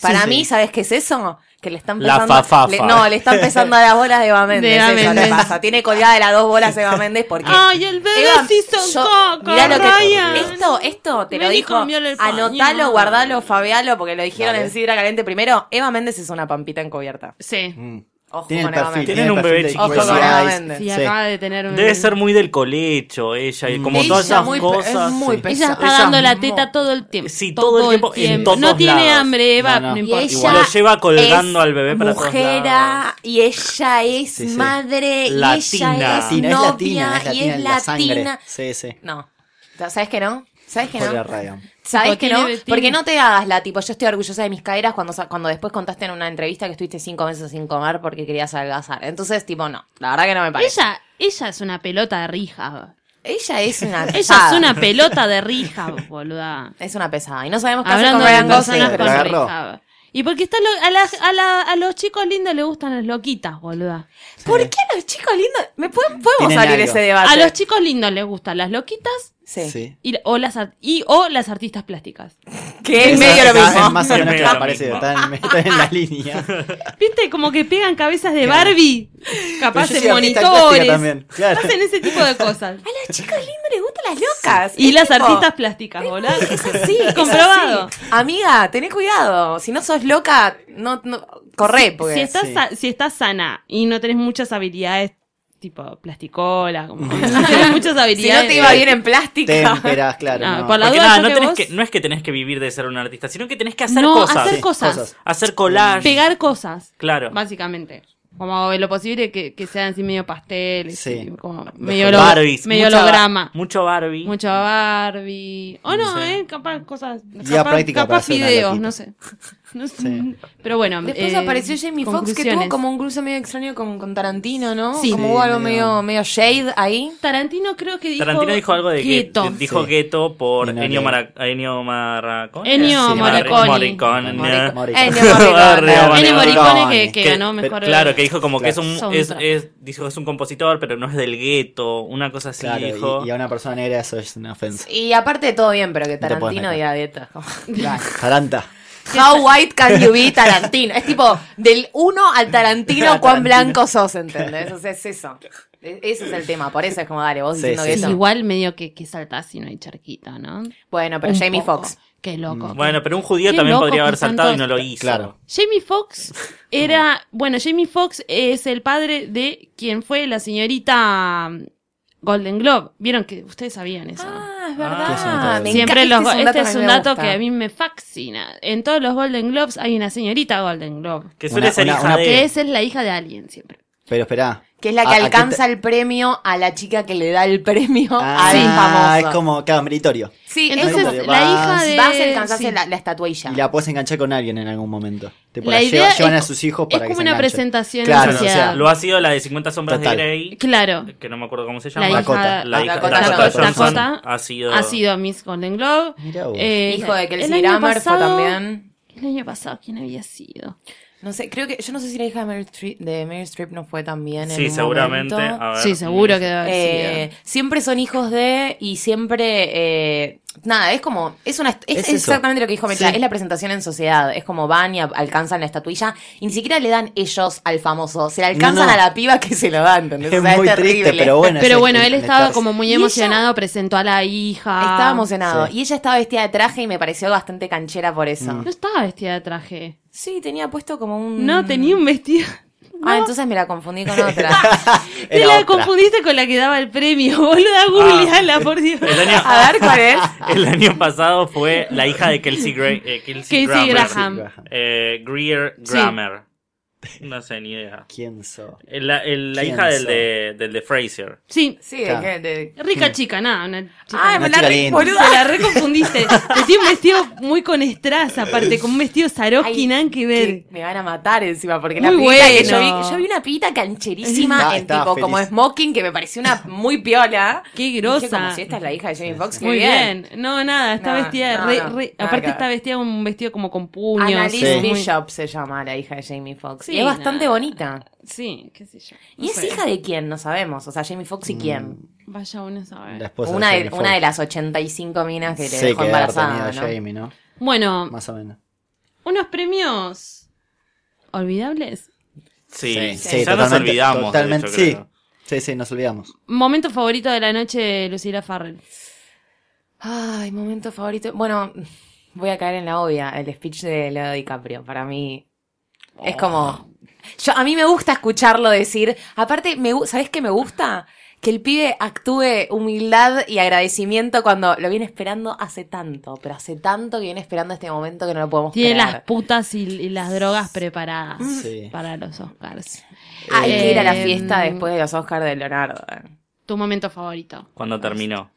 S4: Para
S6: sí.
S4: mí, ¿sabes qué es eso? Que le están
S5: La
S4: pesando.
S5: fafafa.
S4: le- no, le están pesando a las bolas de Eva Méndez.
S3: De Eva
S4: eso le
S3: Méndez.
S4: pasa. Tiene colgada de las dos bolas Eva Méndez porque.
S3: ¡Ay, el bebé
S4: Eva,
S3: sí son
S4: yo-
S3: coco,
S4: mirá lo que-
S3: Ryan!
S4: esto, esto te lo
S3: Ven y
S4: dijo.
S3: cambiale el paño.
S4: Anotalo, guardalo, fabealo, porque lo dijeron
S6: Dale.
S4: en Sidra Caliente primero. Eva Méndez es una pampita encubierta.
S3: Sí.
S6: Mm.
S4: Ojo
S6: Tiene
S4: con
S6: el
S4: Eva
S6: perfil.
S4: Méndez.
S5: Tienen
S6: tiene el
S5: un
S6: perfil
S5: bebé
S6: de
S5: chiquito.
S4: Ojo
S6: Crazy
S4: con Eva
S6: Eyes.
S4: Méndez.
S3: Sí,
S6: Sí.
S3: acaba de tener un...
S5: Debe ser muy del colecho ella, y como
S4: Ella
S5: todas esas
S4: muy pe-
S5: cosas.
S4: es muy
S5: sí.
S4: pesada.
S3: Ella está
S4: Esa-
S3: dando la teta todo el tiempo.
S5: Sí, todo el tiempo, en todos
S3: no tiene
S5: lados.
S3: hambre, Eva,
S6: No,
S3: no,
S6: no. Y
S3: importa.
S5: ella- Lo lleva colgando al bebé para todos lados.
S4: mujera, y ella es
S6: Sí, sí.
S4: madre,
S5: Latina.
S4: y ella es
S6: Latina, Ah, es
S4: novia,
S6: latina, es
S4: y
S6: latina
S4: es
S6: en la sangre.
S4: latina.
S6: Sí, sí.
S4: No, ¿sabes que no? ¿Sabes que
S6: Pobre
S4: no?
S6: Ryan.
S4: ¿Sabes
S3: Tipo,
S4: que
S3: tiene
S4: no?
S3: vestido.
S4: Porque no te hagas la tipo, yo estoy orgullosa de mis caderas cuando, sa- cuando después contaste en una entrevista que estuviste cinco meses sin comer porque querías adelgazar. Entonces, tipo, no, la verdad que no me parece.
S3: Ella, ella es una pelota de rija.
S4: Ella es una
S3: Ella
S4: pesada.
S3: es una pelota de rija, boluda.
S4: Es una pesada. Y no sabemos qué hacer con
S3: Hablando de
S4: Ryan Gosling,
S3: personas
S6: pero
S3: con
S6: la agarró.
S3: rija. Y porque está lo- a, las- a, la- a los chicos lindos les gustan las loquitas, boluda.
S4: ¿Por qué a los chicos lindos? ¿Me pueden, podemos
S6: Tienen
S4: abrir
S6: algo.
S4: ese debate?
S3: A los chicos lindos les gustan las loquitas
S4: Sí.
S6: Sí.
S3: y, o, las, art- y o las artistas plásticas.
S4: Que es
S6: Esa-
S4: medio lo
S6: esa
S4: mismo.
S6: Es más o
S5: Es
S6: menos que
S5: medio
S6: me
S5: lo
S6: parece,
S5: mismo.
S6: están, están en la línea.
S3: ¿Viste? Como que pegan cabezas de Barbie. Capaz
S6: Pero yo
S3: en
S6: soy artista plástica
S3: monitores.
S6: también, claro.
S3: Hacen ese tipo de cosas.
S4: A los chicos lindos les gustan las locas.
S3: Y
S4: Es
S3: las
S4: tipo,
S3: artistas plásticas, boludo.
S4: Sí, es
S3: comprobado.
S4: así. Amiga, tené cuidado. Si no sos loca, no, no corre. Porque...
S3: Si estás,
S6: Sí.
S3: sa- si estás sana y no tenés muchas habilidades, tipo plasticola, como no tenés muchas
S4: si no
S3: habilidades.
S4: te iba bien en plástica.
S6: Témperas, claro.
S3: Ah,
S6: no.
S3: por la-
S5: Porque
S3: duda,
S5: nada,
S3: yo
S5: no,
S3: que
S5: tenés
S3: vos-
S5: que, no es que tenés que vivir de ser un artista, sino que tenés que hacer
S3: No,
S5: cosas.
S3: hacer
S5: Sí.
S3: cosas.
S6: cosas.
S5: Hacer collage.
S3: Pegar cosas,
S5: Claro.
S3: básicamente. Como lo posible que, que sean así medio pasteles,
S6: Sí.
S3: y como medio, lo-
S5: Barbies.
S3: medio
S5: mucha-
S3: holograma.
S5: Mucho Barbie.
S3: Mucho Barbie. O no,
S5: Sí.
S3: ¿eh? Capaz cosas.
S6: Guía
S3: capaz
S6: práctica para
S3: capaz
S6: hacer una
S3: videos,
S6: loquita.
S3: no sé. No sé.
S6: Sí.
S3: Pero bueno.
S4: Después
S3: eh,
S4: apareció Jamie Foxx que tuvo
S3: conclusiones.
S4: como un cruce medio extraño con, con Tarantino, ¿no?
S3: Sí.
S4: Como
S6: Sí,
S4: hubo algo medio,
S6: medio-
S4: medio shade ahí.
S3: Tarantino creo que dijo.
S5: Tarantino dijo algo de que
S3: Quieto.
S5: dijo
S6: Sí.
S5: gueto por
S6: Y no
S5: Ennio,
S6: le-
S5: Mara, Ennio Marracone.
S3: Ennio
S5: Sí,
S3: Morricone.
S5: Morricone.
S6: Morricone. Morricone.
S4: Ennio Morricone.
S5: Ennio
S3: Ennio Morricone que, que
S5: Que-
S3: ganó
S5: pero
S3: mejor.
S5: claro, que dijo como que es
S6: Claro.
S5: un es,
S3: Soundtrack.
S5: es- dijo que es un compositor, pero no es del gueto, una cosa así
S6: Claro, y-
S5: dijo.
S6: y, a una persona negra eso es una ofensa.
S4: Y aparte de todo bien, pero que
S6: te puedes
S4: Tarantino
S6: meter.
S4: y a dieta.
S6: Taranta.
S4: How white can you be Tarantino? Es tipo, del 1 al Tarantino, cuán blanco sos, ¿entendés? O sea, es eso. E- Ese es el tema, por eso es como, dale, vos
S6: Sí,
S4: diciendo
S6: sí,
S4: que
S3: Sí,
S4: eso.
S3: igual medio que, que saltás si no hay charquita, ¿no?
S4: Bueno, pero
S3: Un
S4: Jamie
S3: poco.
S4: Foxx.
S3: Qué
S6: Mm.
S3: loco.
S5: bueno, pero un judío
S3: Qué
S5: también
S3: loco
S5: podría haber
S3: que son
S5: saltado y no
S3: todos-
S5: lo hizo.
S6: Claro.
S3: Jamie Foxx era. Bueno, Jamie Foxx es el padre de quien fue la señorita mm, Golden Globe. Vieron que ustedes sabían eso.
S4: Ah, es
S5: Ah, sí, está
S4: verdad.
S6: bien.
S4: Me
S3: Siempre
S4: encanta.
S3: los go- este es un dato que a
S4: me gusta.
S3: mí me fascina. En todos los Golden Globes hay una señorita Golden Globe.
S5: Que suele
S6: Una-
S5: ser
S6: una-
S5: hija
S6: una-
S5: de
S3: Que esa es la hija de alguien siempre.
S6: Pero esperá.
S4: Que es la
S6: ¿A-
S4: que
S6: Ah, a qué te-
S4: alcanza el premio a la chica que le da el premio
S6: Ah,
S4: al famoso.
S6: es como, claro, meritorio.
S4: Sí, es
S3: Entonces,
S4: como...
S6: Vas-
S3: la hija de.
S4: Vas a alcanzarse
S3: sí.
S4: la, la estatuilla.
S6: Y la puedes enganchar con alguien en algún momento. Tipo,
S3: La
S6: la lle-
S3: idea
S6: llevan
S3: es-
S6: a sus hijos
S3: es
S6: para que
S3: como
S6: se
S3: una
S6: enganchen.
S3: presentación en
S6: claro,
S5: Bueno, o sea,
S3: sociedad.
S5: lo ha sido la de 50 sombras
S6: Total.
S5: de Grey,
S3: Claro.
S5: que no me acuerdo cómo se
S3: La
S5: llama.
S3: hija,
S6: Dakota.
S5: La hija-
S4: Dakota
S5: Dakota
S6: Johnson.
S5: Johnson
S3: Dakota
S5: ha sido
S3: ha sido Miss Golden Globe.
S6: Mirá vos.
S3: Eh,
S4: Hijo de
S3: el
S4: Kelsey
S3: año
S4: Grammer fue
S3: pasado-
S4: también...
S3: El año pasado, ¿quién había sido?
S4: No sé, creo que... Yo no sé si la hija de Meryl Streep, de Meryl Streep no fue también en
S5: Sí,
S4: un
S5: seguramente.
S4: momento.
S5: A ver.
S3: Sí, seguro que debe haber
S4: Eh, siempre son hijos de y siempre eh, nada es como es una es,
S6: Es eso.
S4: exactamente lo que dijo Mecha
S6: Sí.
S4: es la presentación en sociedad es como van y a- alcanzan la estatuilla y ni siquiera le dan ellos al famoso se la alcanzan
S6: No, no.
S4: a la piba que se lo da ¿entendés?
S6: Es
S4: O sea,
S6: muy
S4: terrible.
S6: triste, pero bueno.
S3: Pero
S6: es-
S3: bueno,
S6: es
S3: él estaba
S6: meterse.
S3: como muy
S4: Y
S3: emocionado, presentó a la hija.
S4: estaba emocionado
S6: Sí. Mm.
S4: y ella estaba vestida de traje y me pareció bastante canchera por eso
S3: No estaba vestida de traje.
S4: Sí, tenía puesto como un.
S3: No, tenía un vestido.
S4: Ah, entonces me la confundí con otra.
S3: Te
S6: Era
S3: la
S6: otra.
S3: confundiste con la que daba el premio, boluda, googleala, por Dios.
S5: El año,
S4: A ver, ¿cuál es?
S5: el año pasado fue la hija de Kelsey, Gra- eh, Kelsey
S3: Casey
S5: Grammer.
S3: Graham.
S6: Graham.
S5: Eh, Greer Grammer. No sé, ni idea.
S6: ¿Quién sos?
S5: El- la- el- la
S6: ¿Quién
S5: hija del
S6: son?
S5: de, del de Fraser.
S3: Sí,
S4: Sí,
S6: Claro.
S4: de, de-
S3: rica chica, nada, una chica.
S4: Ay,
S6: Una
S4: me la
S6: chica
S4: re-
S6: linda.
S3: Se
S4: boluda.
S3: la reconfundiste. Tenía un vestido muy con estras, aparte, con un vestido
S4: Ay,
S3: Swarovski, nada que ver.
S4: que Me van a matar encima, porque la
S3: Muy
S4: pibita que yo
S3: bueno.
S4: vi, yo vi una pibita cancherísima
S6: Está-
S4: en
S6: estaba
S4: tipo como
S6: feliz.
S4: smoking que me pareció una muy piola.
S3: Qué
S4: Y
S3: grosa.
S4: Dije, como si esta es la hija de Jamie Foxx, qué
S3: Muy bien. No, nada, está
S4: No,
S3: vestida
S4: no,
S3: re-
S4: no,
S3: re-
S4: nada
S3: aparte
S4: que
S3: está
S4: ver.
S3: vestida un vestido como con puños.
S4: Annalise
S6: Sí.
S4: Bishop se llama la hija de Jamie Foxx.
S3: Sí,
S4: y es bastante
S3: nada.
S4: bonita.
S3: Sí, qué sé yo.
S4: ¿Y
S3: No
S4: es
S3: sé.
S4: hija de quién? No sabemos. O sea, Jamie Foxx y quién.
S3: Vaya uno a saber.
S6: La esposa
S4: Una de,
S6: Mm, Jamie
S4: una de
S6: Foxx.
S4: las 85 minas que le
S6: Sé
S4: dejó
S6: que haber
S4: embarazada.
S6: tenido
S4: ¿no?
S6: Jamie, ¿no?
S3: Bueno,
S6: Más o menos.
S3: unos premios olvidables.
S5: Sí,
S6: sí,
S5: ya nos
S6: totalmente,
S5: olvidamos.
S6: Totalmente,
S5: de hecho,
S6: sí.
S5: creo.
S6: Sí, sí, nos olvidamos.
S3: Momento favorito de la noche, Lucila Farrell.
S4: Ay, momento favorito. Bueno, voy a caer en la obvia. El speech de Leo DiCaprio. Para mí es como... Yo, a mí me gusta escucharlo decir. Aparte, me, gu- ¿sabes qué me gusta? Que el pibe actúe humildad y agradecimiento cuando lo viene esperando hace tanto. Pero hace tanto que viene esperando este momento que no lo podemos
S3: Tiene
S4: creer.
S3: las putas y, y las drogas preparadas
S6: Sí.
S3: para los Oscars.
S4: Hay que ir a la
S3: Eh,
S4: fiesta después de los Oscars de Leonardo. eh.
S3: Tu momento favorito.
S5: Cuando terminó.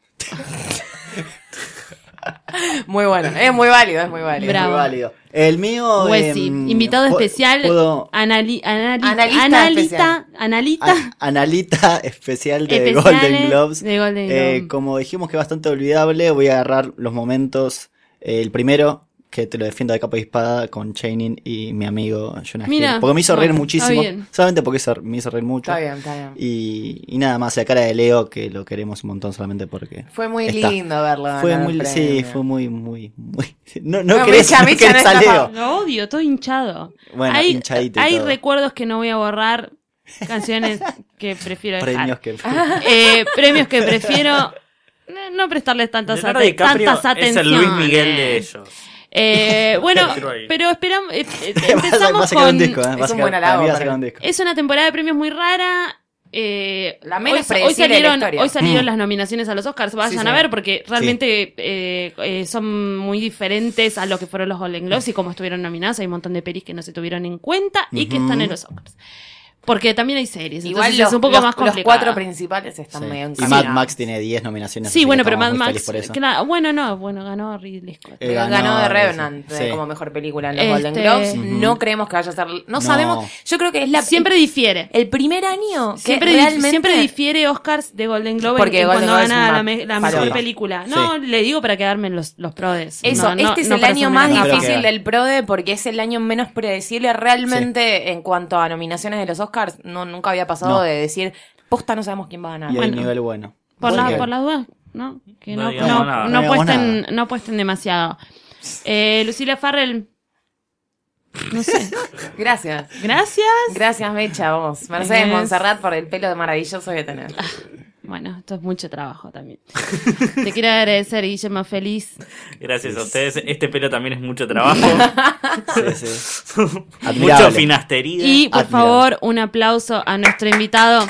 S4: Muy bueno, es muy válido, es muy válido.
S3: Bravo.
S6: Muy válido. El mío.
S3: Huesi,
S6: em,
S3: Pues invitado
S6: pu-
S3: especial,
S6: Puedo.
S3: anali- anali-
S4: Analista
S3: analista, analista,
S6: a- analita especial de
S3: especiales
S6: Golden Globes.
S3: de Golden
S6: Eh,
S3: Globe.
S6: como dijimos que es bastante olvidable, voy a agarrar los momentos. Eh, el primero, que te lo defiendo de capa y espada con Chaining y mi amigo Jonah
S3: Mira,
S6: Hill. Porque me hizo reír
S3: bueno,
S6: muchísimo.
S3: está bien.
S6: Solamente porque hizo- me hizo reír mucho.
S4: Está bien, está bien.
S6: Y, y nada más, la cara de Leo, que lo queremos un montón solamente porque.
S4: Fue muy
S6: está.
S4: lindo verlo. ganar
S6: Fue
S4: el
S6: muy, sí,
S4: premio.
S6: fue muy, muy, muy. No, no
S4: No,
S6: querés,
S4: Micha,
S6: no
S4: Micha
S6: querés
S4: no
S6: a
S4: es capaz.
S6: Leo.
S3: Lo odio, todo hinchado.
S6: Bueno,
S3: hay
S6: hinchadito y
S3: hay
S6: todo.
S3: recuerdos que no voy a borrar, canciones que prefiero dejar.
S6: Premios que.
S3: Eh, premios que prefiero no- no prestarles tantas,
S5: Leonardo
S3: ate-
S5: DiCaprio
S3: tantas
S5: es
S3: atenciones.
S5: el Luis Miguel de ellos.
S3: Eh, bueno,
S5: Tiro ahí.
S3: pero esperamos, eh, eh,
S6: Vas a- vas a
S3: empezamos
S6: sacar
S3: con...
S6: un disco, ¿eh? Vas a
S4: un
S6: sacar-
S4: buen halago
S6: para mí vas a
S4: para-
S6: sacar un disco.
S3: Es una temporada de premios muy rara. eh,
S4: La menos
S3: hoy sa- hoy,
S4: predecible de la
S3: salieron,
S4: historia.
S3: hoy salieron
S6: Mm.
S3: las nominaciones a los Oscars, vayan
S4: Sí,
S3: a
S4: sí.
S3: ver porque realmente eh, eh, son muy diferentes a lo que fueron los Golden Globes y como estuvieron nominadas hay un montón de pelis que no se tuvieron en cuenta y que
S6: Ujú.
S3: están en los Oscars. Porque también hay series,
S4: Igual
S3: entonces
S4: los,
S3: es un poco
S4: los-
S3: más
S4: los
S3: complicado.
S4: cuatro principales están
S6: Sí.
S4: medio
S6: Y Mad
S4: encaminados.
S6: Max eh, tiene 10 nominaciones. así
S3: Sí,
S6: que
S3: bueno, pero
S6: estamos
S3: Mad
S6: muy felices
S3: Max,
S6: por eso.
S3: claro, bueno, no, bueno, ganó Ridley Scott.
S6: Eh,
S4: ganó,
S6: ganó
S4: de
S6: eso.
S4: Revenant
S6: Sí.
S4: eh, como mejor película en los
S3: Este-
S4: Golden Globes.
S3: Ujú.
S4: No creemos que vaya a ser. No, sabemos. Yo creo que es la.
S3: siempre difiere.
S4: El primer año que
S3: Siempre, dif-
S4: realmente.
S3: siempre difiere Oscars de Golden Globe
S4: Porque
S3: en
S4: Golden
S3: cuando
S4: Globe es
S3: gana
S4: una
S3: la, me- la mejor
S6: paloma.
S3: película. No, le digo para quedarme en los, los prodes.
S4: Eso,
S3: No, no-
S4: este es
S3: no
S4: el
S3: para
S4: año
S3: hacerme
S4: más
S3: la trampa.
S4: difícil
S6: Claro.
S4: del PRODE porque es el año menos predecible realmente en cuanto a nominaciones de los Oscars. No, nunca había pasado
S6: No.
S4: de decir, posta no sabemos quién va a ganar.
S6: Y hay
S3: Bueno.
S6: nivel bueno.
S3: Por,
S6: Así
S3: la-
S6: que-
S3: por las dudas, ¿no? Que
S5: No
S3: no,
S5: digamos
S3: no- no
S5: nada.
S6: No digamos
S3: apuesten,
S6: nada.
S3: no apuesten demasiado. Eh, Lucila Farrell. No sé.
S4: Gracias.
S3: Gracias.
S4: Gracias, Mecha, vos. Mercedes
S3: Es-
S4: Montserrat por el pelo maravilloso que tenés.
S3: Bueno, esto es mucho trabajo también. Te quiero agradecer, Guillermo Feliz.
S5: Gracias a ustedes. Este pelo también es mucho trabajo.
S6: Sí, sí.
S5: mucho
S6: Admirable.
S5: finastería.
S3: Y por
S6: Admirable.
S3: favor, un aplauso a nuestro invitado,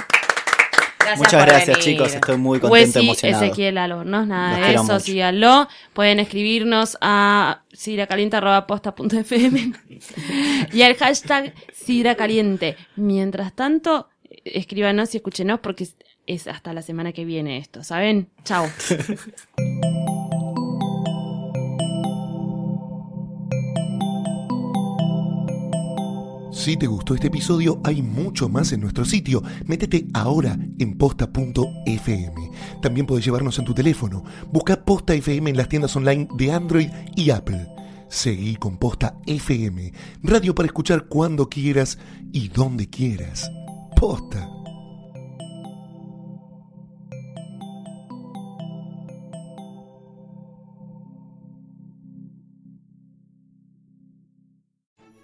S4: Gracias
S6: Muchas
S4: por
S6: gracias,
S4: venir.
S6: chicos. Estoy muy contento,
S3: Wesi
S6: emocionado.
S3: Pues Ezequiel Albornoz. Nada
S6: Los
S3: de
S6: quiero
S3: eso,
S6: mucho.
S3: síganlo. Pueden escribirnos a siracaliente.posta.fm y al hashtag siracaliente. Mientras tanto, escríbanos y escúchenos porque es- es hasta la semana que viene esto, ¿saben? Chao.
S1: Si te gustó este episodio, hay mucho más en nuestro sitio. Métete ahora en posta.fm. También puedes llevarnos en tu teléfono. Busca Posta FM en las tiendas online de Android y Apple. Seguí con Posta FM, radio para escuchar cuando quieras y donde quieras. Posta.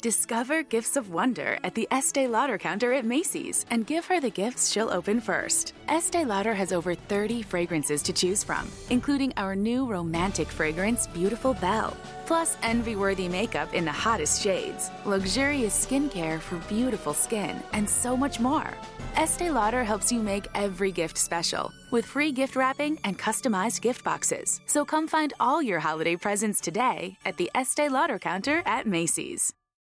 S7: Discover gifts of wonder at the Estee Lauder counter at Macy's and give her the gifts she'll open first. Estee Lauder has over 30 fragrances to choose from, including our new romantic fragrance, Beautiful Belle, plus envy worthy makeup in the hottest shades, luxurious skincare for beautiful skin, and so much more. Estee Lauder helps you make every gift special with free gift wrapping and customized gift boxes. So come find all your holiday presents today at the Estee Lauder counter at Macy's.